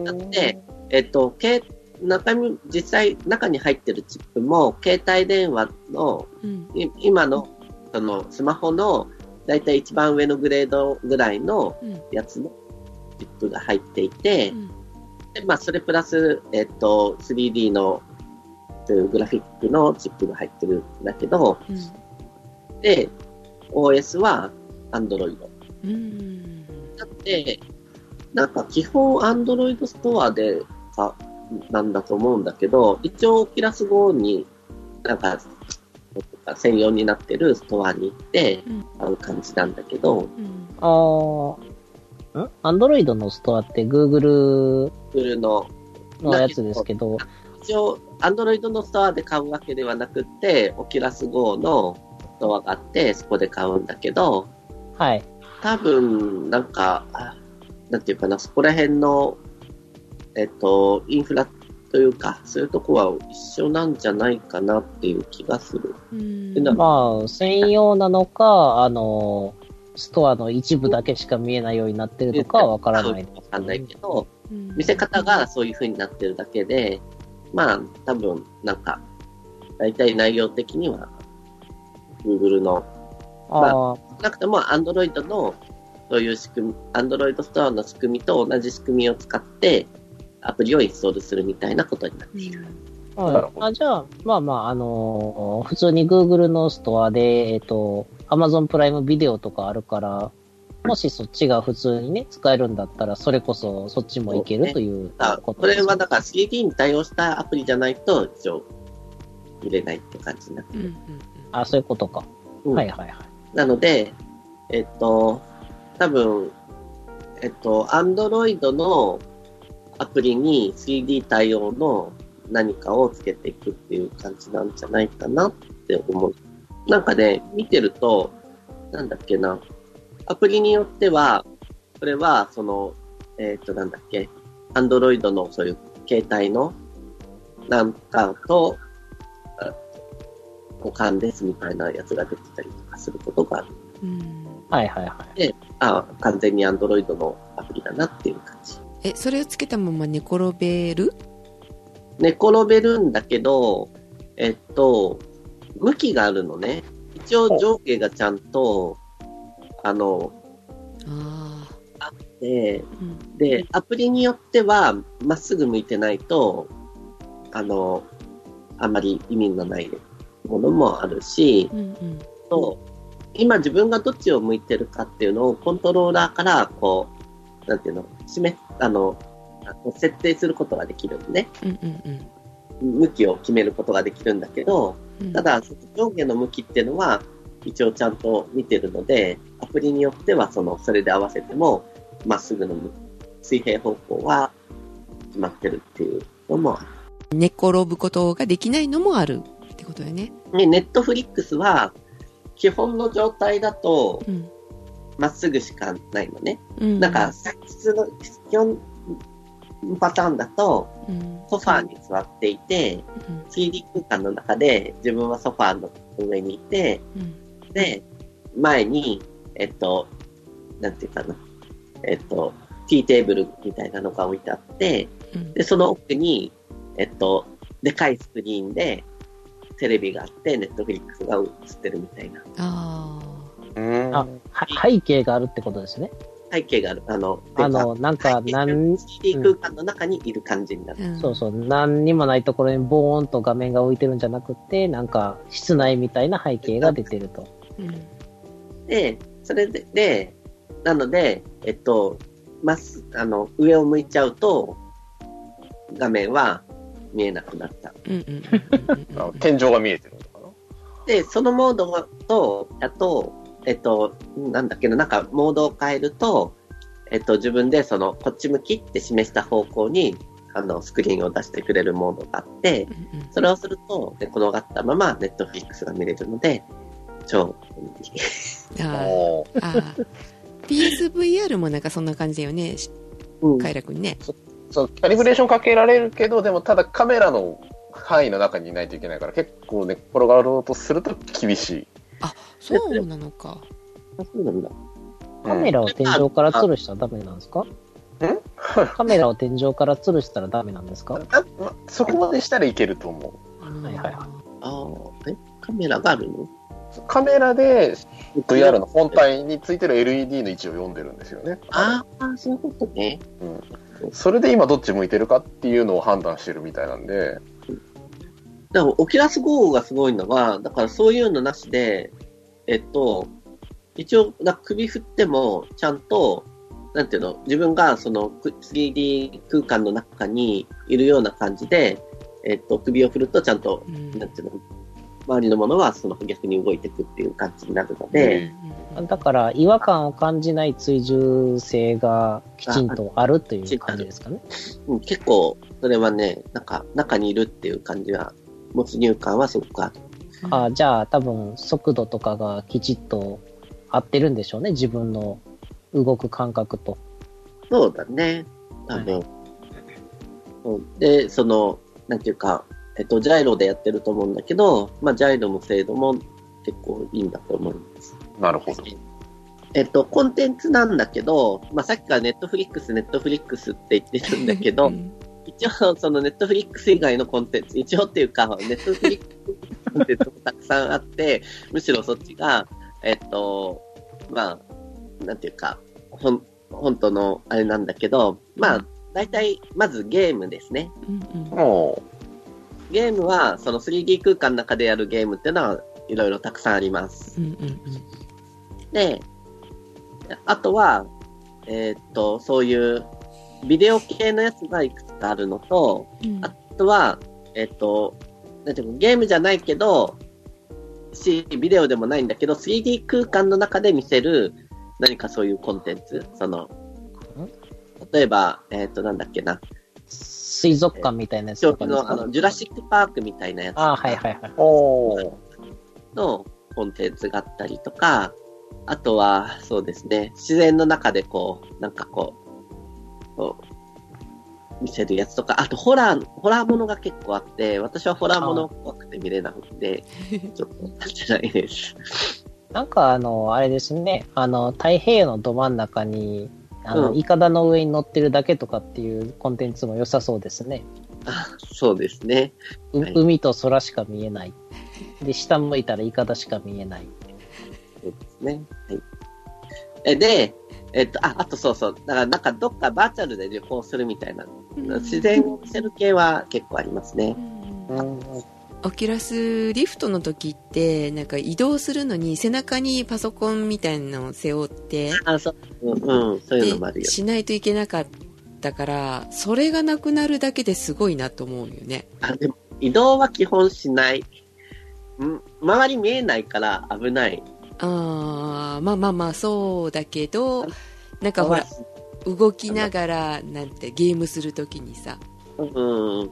ん
だって、えっと、け中身、実際、中に入ってるチップも、携帯電話の、
うん。
い今の、その、スマホの、だいたい一番上のグレードぐらいの
うん
やつのチップが入っていて、
うん
で、まあ、それプラス、えっと、3D の、というグラフィックのチップが入ってるんだけど、で、OS は Android。
うん。うん。
だって、なんか基本 Android ストアでか、なんだと思うんだけど、一応 Oculus Go に、なんか、専用になってるストアに行って
うん、
買う感じなんだけど、
うん。
ああ、んアンドロイドのストアって Google
Google の、
のやつですけど、
一応 Android のストアで買うわけではなくって、Oculus Go のストアがあって、そこで買うんだけど、
はい。
多分、なんか、あなんていうかな、そこら辺の、えっと、インフラというか、そういうとこは一緒なんじゃないかなっていう気がする。
うん。
でなんか
まあ、専用なのか、あの、ストアの一部だけしか見えないようになってるとかはわからない。
わかんないけど、
うん
見せ方が、そういう風になってるだけで、まあ、多分、なんか、大体内容的には、Google の、
ああ、
少なくとも Android の、そういう仕組み、Android ストアの仕組みと同じ仕組みを使って、アプリをインストールするみたいなことになっている。
なる
は
ほ
い、
ど
あじゃあ、まあまあ、あのー普通に Google のストアで、えっ、と、Amazon プライムビデオとかあるから、もしそっちが普通にね、使えるんだったら、それこそそっちもいけるという
あ
こ
こと
です
れ
ね
はだから 3D に対応したアプリじゃないと一応入れないって感じになって
うん。う
る。
ん。
あ、そういうことか。
うん
はいはいはい。
なので、えっと、多分、えっと、Android のアプリに 3D 対応の何かをつけていくっていう感じなんじゃないかなって思う。なんかね、見てると、なんだっけな、アプリによっては、これは、その、えっと、なんだっけ、Android のそういう携帯のなんかと、あ互換ですみたいなやつが出てたりとかすることがある。
うん。
はいはいはい。
あ完全に Android のアプリだなっていう感じ。
え、それをつけたまま寝転べる
寝転べるんだけど、えっと、向きがあるのね。一応上下がちゃんと、あの、
あ
で
あ。、うん。
で、アプリによっては、まっすぐ向いてないと、あの、あまり意味のないものもあるし、
うん。うん。
と、今自分がどっちを向いてるかっていうのをコントローラーから、こう、なんていうの、示す、あの、設定することができるのね。
うん。うん。
向きを決めることができるんだけど、
うん
ただ、その上下の向きっていうのは、一応ちゃんと見てるので、アプリによっては、その、それで合わせても、まっすぐの向き水平方向は決まってるっていうのもある
寝転ぶことができないのもあるってことよね。
で、ネットフリックスは、基本の状態だと、
うん。
まっすぐしかないのね。
うん
なんか、、普通の、基本パターンだと、
うん。
ソファーに座っていて、
うん。
3D 空間の中で、自分はソファーの上にいて、
うん。
で、前に、えっと、なんていうかな、えっと、ティーテーブルみたいなのが置いてあって、
うん
で、その奥に、えっと、でかいスクリーンで、テレビがあって、ネットフリックスが映ってるみたいな。
あ
うん
あは背景があるってことですね。
背景がある。あの、
あの、なんか、何、
CD 空間の中にいる感じにな
あ。
る。
ん
そうそう、何にもないところにボーンと画面が浮いてるんじゃなくて、なんか、室内みたいな背景が出てると。
うん。
で、それで、で、なので、えっと、まっす、あの、上を向いちゃうと、画面は見えなくなった。
うん。うん。うん
あ天井が見えてるのかな
で、そのモードと、あと、えっと、なんだっけな、なんか、モードを変えると、えっと、自分でその、こっち向きって示した方向に、あの、スクリーンを出してくれるモードがあって、
うん
それをすると、寝転がったまま、ネットフリックスが見れるので、超、
あ
おー
ーあー。PSVR もなんかそんな感じだよね、し
うん
快楽にね。
そうキャリブレーションかけられるけどでもただカメラの範囲の中にいないといけないから結構寝っ転がろうとすると厳しい、
そうなのか。
そうなんだ。
カメラを天井から吊るしたらダメなんですかカメラを天井から吊るしたらダメなんですか
あまそこまでしたらいけると思う
はいはいは
ああ、えカメラがあるの
カメラで VR の本体についてる LED の位置を読んでるんですよね
ああ、そういうことね。
それで今どっち向いてるかっていうのを判断してるみたいなんで
でも、オキュラス GO がすごいのは、だからそういうのなしで、えっと、一応、だ首振っても、ちゃんと、なんていうの、自分がそのく 3D 空間の中にいるような感じで、えっと、首を振るとちゃんと、
うん
なんていうの、周りのものはその逆に動いていくっていう感じになるので、
い。だから、違和感を感じない追従性がきちんとあるという感じですかね。
うん、結構、それはね、なんか、中にいるっていう感じは、没入感はすごくある。
あじゃあ、多分、速度とかがきちっと合ってるんでしょうね、自分の動く感覚と。
そうだね。多分。うんで、その、なんていうか、えっと、ジャイロでやってると思うんだけど、まあ、ジャイロの精度も結構いいんだと思います。
なるほど
えっと、コンテンツなんだけど、まあ、さっきからネットフリックス、ネットフリックスって言ってるんだけ
う (laughs)
ど、
ん
一応、そのネットフリックス以外のコンテンツ、一応っていうか、ネットフリックスコンテンツもたくさんあって、 (laughs) むしろそっちが、えっと、まあ、なんていうか、ほん、本当のあれなんだけど、まあ、大体、まずゲームですね。
うんうん
も
ゲームは、その 3D 空間の中でやるゲームっていうのは、いろいろたくさんありま
う
す。
んうんうん
で、あとは、えっと、そういう、ビデオ系のやつがいくつかあるのと、
うん
あとは、えっと、なんていうのゲームじゃないけど、し、ビデオでもないんだけど、3D 空間の中で見せる、何かそういうコンテンツ。その、例えば、えっと、なんだっけな、
水族館みたいなやつ
長
とか
期
です
の、あ
か
の、ジュラシックパークみたいなやつ
あはいはいはい。
うおー
のコンテンツがあったりとか、あとは、そうですね、自然の中でこう、なんかこう、こう見せるやつとか、あとホラー、ホラーものが結構あって、私はホラーもの怖くて見れなくて、ちょっと、なんじゃないです。
なんかあの、あれですね、あの、太平洋のど真ん中に、あの、
うん
イカダの上に乗ってるだけとかっていうコンテンツも良さそうですね。
あそうですね。
う
はい
海と空しか見えない。で、下向いたらイカダしか見えない。
そうですね。はい。えで、えっと、あ、あとそうそう。だから、なんかどっかバーチャルで旅行するみたいな、自然を見せる系は結構ありますね
う。ん
うん
オキュラスリフトの時ってなんか移動するのに背中にパソコンみたいなのを背負って
あ、そう。うん、うん、そういうのもある
で
よ。
しないといけなかったからそれがなくなるだけですごいなと思うよね
あでも移動は基本しない。ん周り見えないから危ない。
あーまあまあまあそうだけどなんかほら動きながらなんてゲームするときにさ
うん。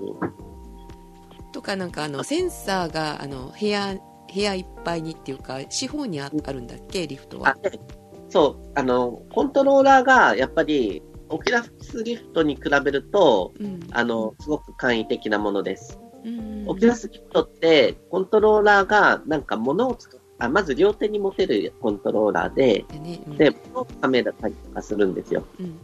とかなんかあのセンサーがあの部屋部屋いっぱいにっていうか四方にああるんだっけリフトは
あ、でそう、あの、コントローラーがやっぱり、オキュラスリフトに比べると、
うん
あの、すごく簡易的なものです。
うん
オキュラスリフトって、コントローラーがなんか物を使う、あまず両手に持てるコントローラーで、
だねうん
で、物をカメラたりとかするんですよ。
うん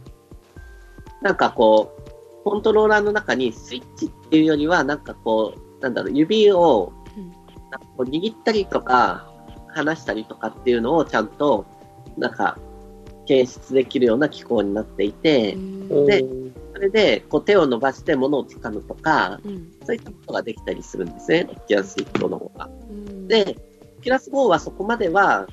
なんかこう、コントローラーの中にスイッチっていうよりは、なんかこう、なんだろう、指を
うん
なんかこう握ったりとか、離したりとかっていうのをちゃんと、なんか、検出できるような機構になっていて、
うん
でそれで、こう手を伸ばして物を掴むとか、
うん
そういったことができたりするんですね、オキュラス1の方が。
うん
で、オキュラス5はそこまでは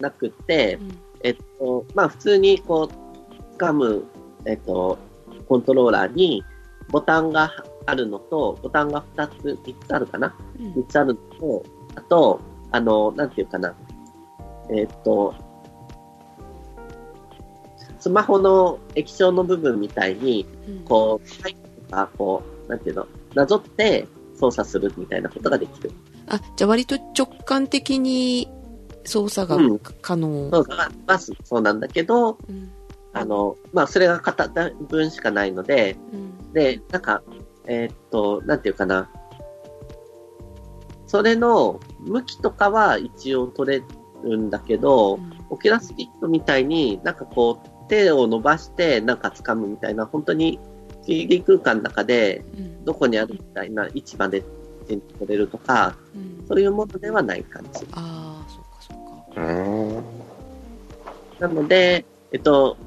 なくって
う、ん
えっと、まあ普通にこう、掴む、えっと、コントローラーにボタンがあるのと、ボタンが2つ、3つあるかな
うん
3つあるのと、あと、あの、なんていうかな。えっと、スマホの液晶の部分みたいに、
うん
こう、はいとか、こう、なんていうの、なぞって操作するみたいなことができる。
あじゃあ割と直感的に操作が
うん
可能、
操作がまずそうなんだけど、
うん
あの、まあ、それが片分しかないので、
うん
で、なんか、えーっと、なんていうかな。それの向きとかは一応取れるんだけど、オキュラスキットみたいになんかこう手を伸ばしてなんか掴むみたいな、本当に 3D 空間の中で
うん
どこにあるみたいな位置まで手に取れるとか、
うん
そういうものではない感じ。
ああそうかそうか
うん。
なので、えっと、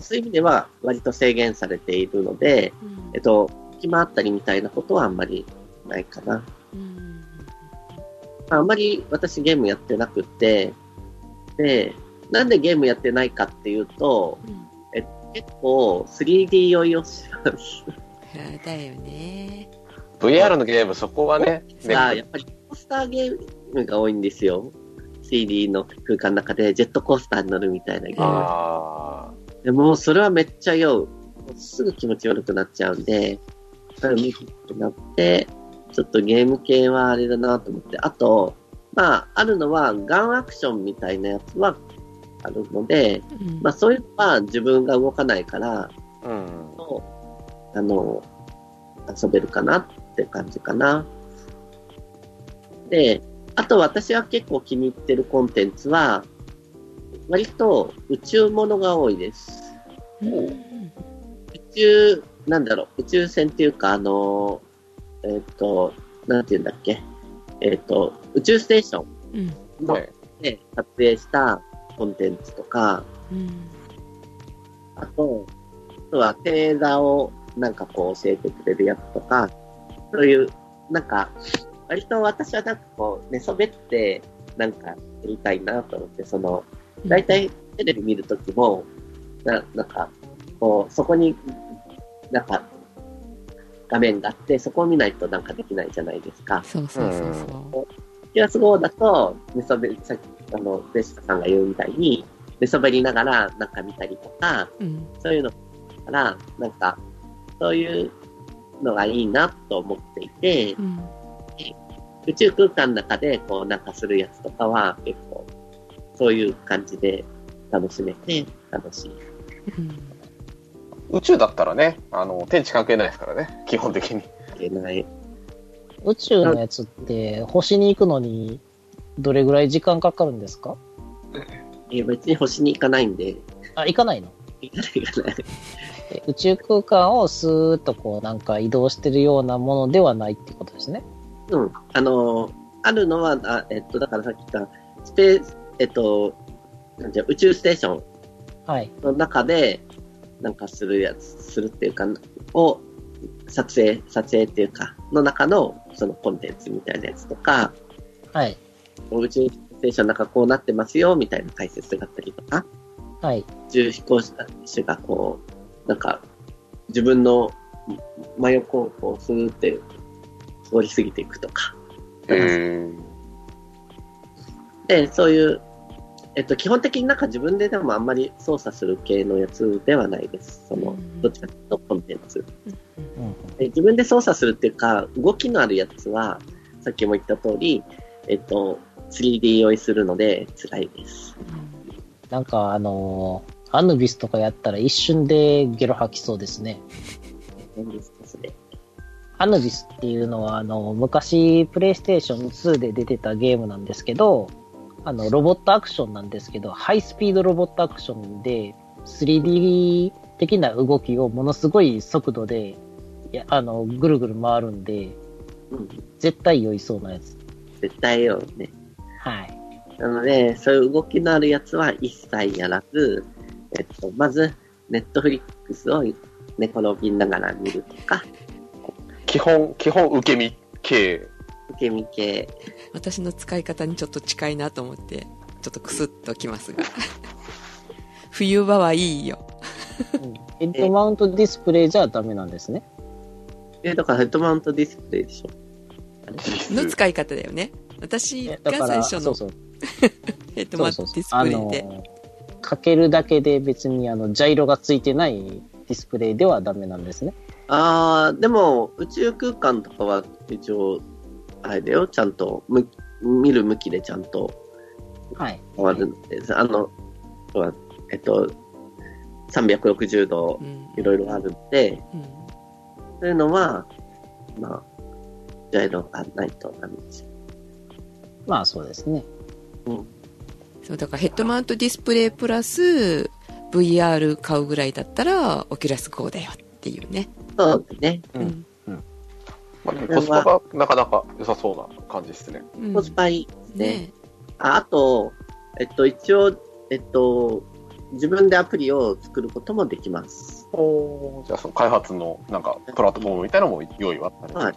そういう意味では割と制限されているので、
うん
えっと、隙間あったりみたいなことはあんまりないかな。
うん
まああんまり私ゲームやってなくて、で、なんでゲームやってないかっていうと、
うん
結構 3D 酔いをします。
あーだよね
VR のゲーム、そこはね、ね
さあ、やっぱりコースターゲームが多いんですよ。3D の空間の中でジェットコースターに乗るみたいなゲーム。
あ
でもそれはめっちゃ酔う。もうすぐ気持ち悪くなっちゃうんで、それ無理ってなって、ちょっとゲーム系はあれだなと思って。あと、まあ、あるのはガンアクションみたいなやつはあるので、
うん
まあそういうのは自分が動かないから、
あ。うん。
あの、遊べるかなって感じかな。で、あと私は結構気に入ってるコンテンツは、割と宇宙ものが多いです。
うん
宇宙、なんだろう、宇宙船っていうか、あの、えっ、と、なんて言うんだっけ、えっ、と、宇宙ステーショ
うん
ン
は
の
い。
で撮影したコンテンツとか、
うん
あと、あとは星座をなんかこう教えてくれるやつとか、そういう、なんか、割と私はなんかこう、寝そべって、なんかやりたいなと思って、その、大体テレビ見るときも、ななんか、こう、そこに、なんか、画面があって、そこを見ないとなんかできないじゃないですか。
そうそうそうそ
ピアス号だと、寝そべり、さっき、あの、ベシカさんが言うみたいに、寝そべりながらなんか見たりとか、
ううん
そういうのから、なんか、そういうのがいいなと思っていて
う、ん
宇宙空間の中でこうなんかするやつとかは結構、そういう感じで楽しめて楽しい。
うん
宇宙だったらね、あの、天地関係ないですからね、基本的に。
いけない。
宇宙のやつって、星に行くのに、どれぐらい時間かかるんですか
えー別に星に行かないんで、
あ、行かないの
行かない行かない。 (laughs)
え宇宙空間をスーッとこう、なんか移動してるようなものではないってことですね。
うん。あのー、あるのは、あえっと、だからさっき言った、スペース、えっと、なんていうの宇宙ステーション
はい。
の中で、なんかするやつ、するっていうか、を、撮影、撮影っていうか、の中の、そのコンテンツみたいなやつとか、
はい。
宇宙ステーションの中こうなってますよ、みたいな解説があったりとか、
はい。
宇宙飛行士がこう、なんか、自分の真横をこう、スーって通り過ぎていくとか。
え
で、そういう、えっと、基本的になんか自分ででもあんまり操作する系のやつではないです。その、どっちかというとコンテンツ。で自分で操作するっていうか、動きのあるやつは、さっきも言った通り、えっと、3D 用意するので辛いです。
なんかあのーアヌビスとかやったら一瞬でゲロ吐きそうですね。
何ですか、それ。
アヌビスっていうのは、あの、昔、プレイステーション2で出てたゲームなんですけど、あの、ロボットアクションなんですけど、ハイスピードロボットアクションで、3D 的な動きをものすごい速度で、いやあの、ぐるぐる回るんで、
うん。
絶対酔いそうなやつ。
絶対よ、ね。
(laughs)
はい。
なので、そういう動きのあるやつは一切やらず、えっと、まず、ネットフリックスを寝転びながら見るとか、
ー (laughs) 基本、基本受け身系。
受け身系、
私の使い方にちょっと近いなと思ってちょっとクスッときます (laughs) が冬場はいいよ
ヘッドマウントディスプレイじゃダメなんですね。
え、だからヘッドマウントディスプレイでしょ。
の使い方だよね私が
だか
最
ら、
初
そ
の
うそう。
ヘッドマ
そ
ウ
う
ン
そ
ト
う
デ
そう
ィスプレイで
あのかけるだけで別にあのジャイロがついてないディスプレイではダメなんですね。
あー、でも、宇宙空間とかは一応、あれだよ、ちゃんと、む見る向きでちゃんと
はい。
変わるんです。あの、はえっと、360度
う、ん
いろいろあるんで、
うん
そういうのは、まあ、ジャイロがないとダメです。
まあそうですね。
そうだからヘッドマウントディスプレイプラス VR 買うぐらいだったらオキュラス GO だよっていうね、
そうですね。
うん
うん
まあでもコスパがなかなか良さそうな感じですね。
うん
コスパいいですね。
ね
ああと、えっと、一応、えっと、自分でアプリを作ることもできます。
おじゃあその開発のなんかプラットフォームみたいなのも用意はあった
はい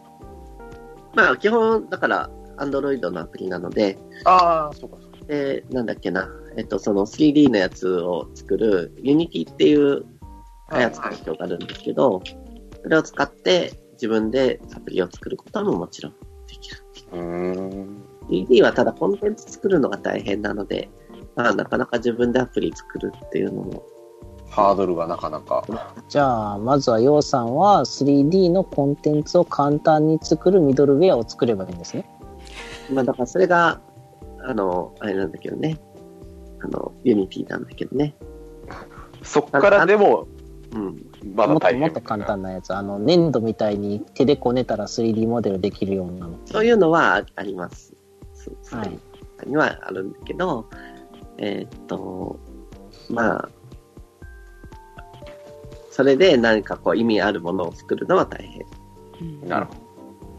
まあ、基本、だから、アンドロイドのアプリなので、
ああ、そうかそうか。
で、なんだっけな、えっと、その 3D のやつを作る、Unity っていう開発環境があるんですけど、それを使って自分でアプリを作ることももちろんできる。
うーん。
3D はただコンテンツ作るのが大変なので、まあ、なかなか自分でアプリ作るっていうのも、
ハードルがなかなか。
じゃあ、まずはヨウさんは 3D のコンテンツを簡単に作るミドルウェアを作ればいいんですね。
まあ、だからそれが、あの、あれなんだけどね。あの、ユニティなんだけどね。
そっからでも、
うん。
ま
も
だ
っと
大変。
もっと簡単なやつ。あの、粘土みたいに手でこねたら 3D モデルできるようなの。
そういうのはああります。そそ
は
う
い
いうのにはあるんだけど、えーっと、まあ、それで何かこう意味あるものを作るのは大変。
うん
なるほ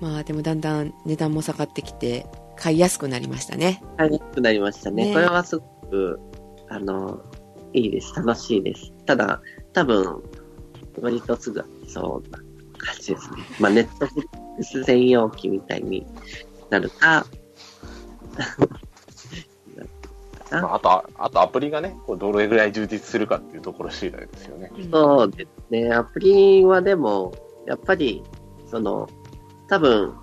ど。
まあでもだんだん値段も下がってきて買いやすくなりましたね
大変くなりましたね。
ね
これはすごく、あの、いいです。楽しいです。ただ、多分、割とすぐ飽きそうな感じですね。まあ、ネットフリックス専用機みたいになるか、な
まあ、あとは、あとアプリがね、こうどれぐらい充実するかっていうところ次第ですよね。
そうですね。アプリはでも、やっぱり、その、多分、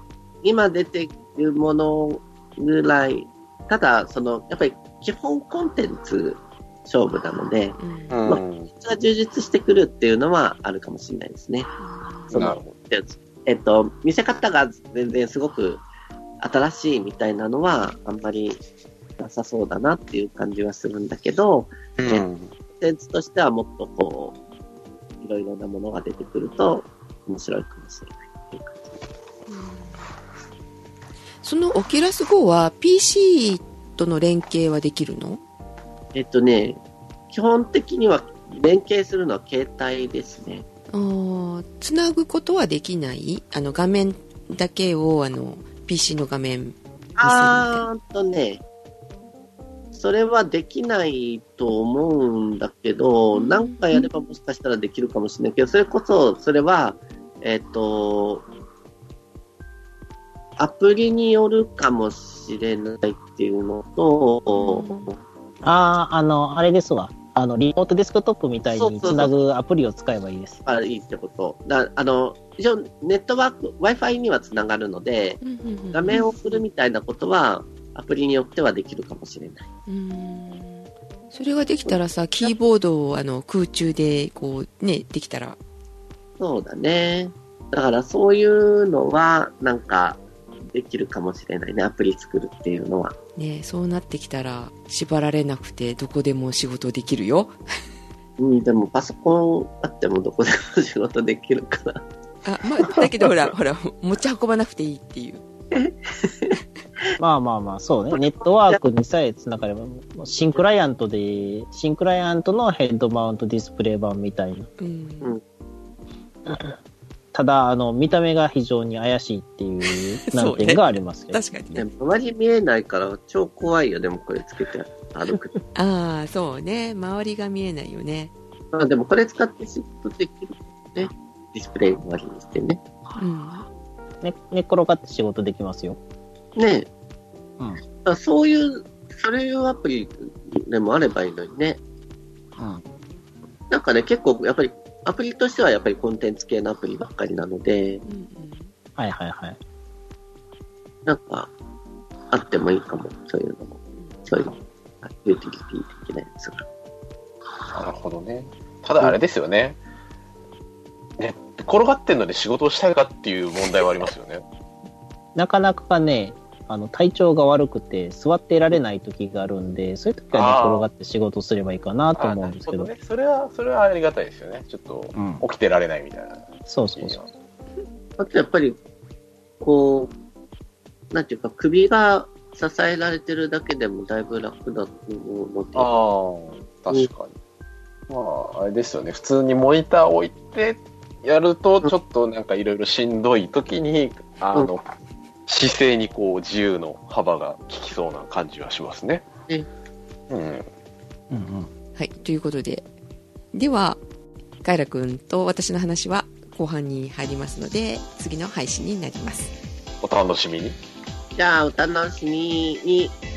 今出てるものぐらい、ただ、その、やっぱり基本コンテンツ勝負なので、
うん
うん。
それが充実してくるっていうのはあるかもしれないですね。そ
なる
の
ほ
えっと、見せ方が全然すごく新しいみたいなのはあんまりなさそうだなっていう感じはするんだけど、
ど。う
コ
ん。
ンテンツとしてはもっとこう、いろいろなものが出てくると面白いかもしれないっていう感じ。
そのオキュラス GO は PC との連携はできるの
えっとね、基本的には連携するのは携帯ですね。
あーつなぐことはできないあの画面だけをあの PC の画面
あーっとね、それはできないと思うんだけど、
うん
なんかやればもしかしたらできるかもしれないけど、それこそ、それは、えっ、と、アプリによるかもしれないっていうのと、
うん
ああ、あの、あれですわ。あの、リモートデスクトップみたい
そうそう
に
そう
つなぐアプリを使えばいいです。
あいいってこと。だあの、一応ネットワーク、Wi-Fi にはつながるので、
うんうんうん
画面を送るみたいなことは、アプリによってはできるかもしれない。
うんそれができたらさキーボードをあの空中でこうねできたら
そうだね。だからそういうのは、なんか、できるかもしれないね。アプリ作るっていうのは。
ねそうなってきたら縛られなくてどこでも仕事できるよ
うん、でもパソコンあってもどこでも仕事できるから。
あまあだけどほ (laughs) らほら持ち運ばなくていいっていう
まあまあまあ、そうね。ネットワークにさえつながれば、新クライアントで、新クライアントのヘッドマウントディスプレイ版みたいな。
うん
ただ、あの、見た目が非常に怪しいっていう
そう
難
ね
点がありますけど。
確かに
で
ね
も周り見えないから超怖いよ。でもこれつけて歩く。 (laughs)
ああそうね周りが見えないよね
あでもこれ使って仕事できるね。ディスプレイ割りにしてね。
うん
ね寝っ転がって仕事できますよ。
ねえ。
うん
だからそういう、それいうアプリでもあればいいのにね。
うん。
なんかね、結構やっぱり、アプリとしてはやっぱりコンテンツ系のアプリばっかりなので、
うんうん
はいはいはい。
なんか、あってもいいかも、そういうのも。そういう、ユーティリティ的なやつが。
なるほどね。ただあれですよね。ね、転がってんのに仕事をしたいかっていう問題はありますよね。
なかなかね、あの体調が悪くて座っていられない時があるんで、そういう時は
あー
寝転がって仕事すればいいかなと思うんですけど。
あなるほね。それは、それはありがたいですよね。ちょっと、
うん、
起きてられないみたいな。
そうそうそう。
あとやっぱり、こう、なんていうか、首が支えられてるだけでもだいぶ楽だと思うので、
ああ、確かに。まあ、あれですよね。普通にモニター置いてやると、ちょっとなんかいろいろしんどい時に、あの、姿勢にこう自由の幅が効きそうな感じはしますね。
ね
うん。
うんうん、
はいということでではカイラくんと私の話は後半に入りますので次の配信になります
お楽しみに。
じゃあお楽しみに。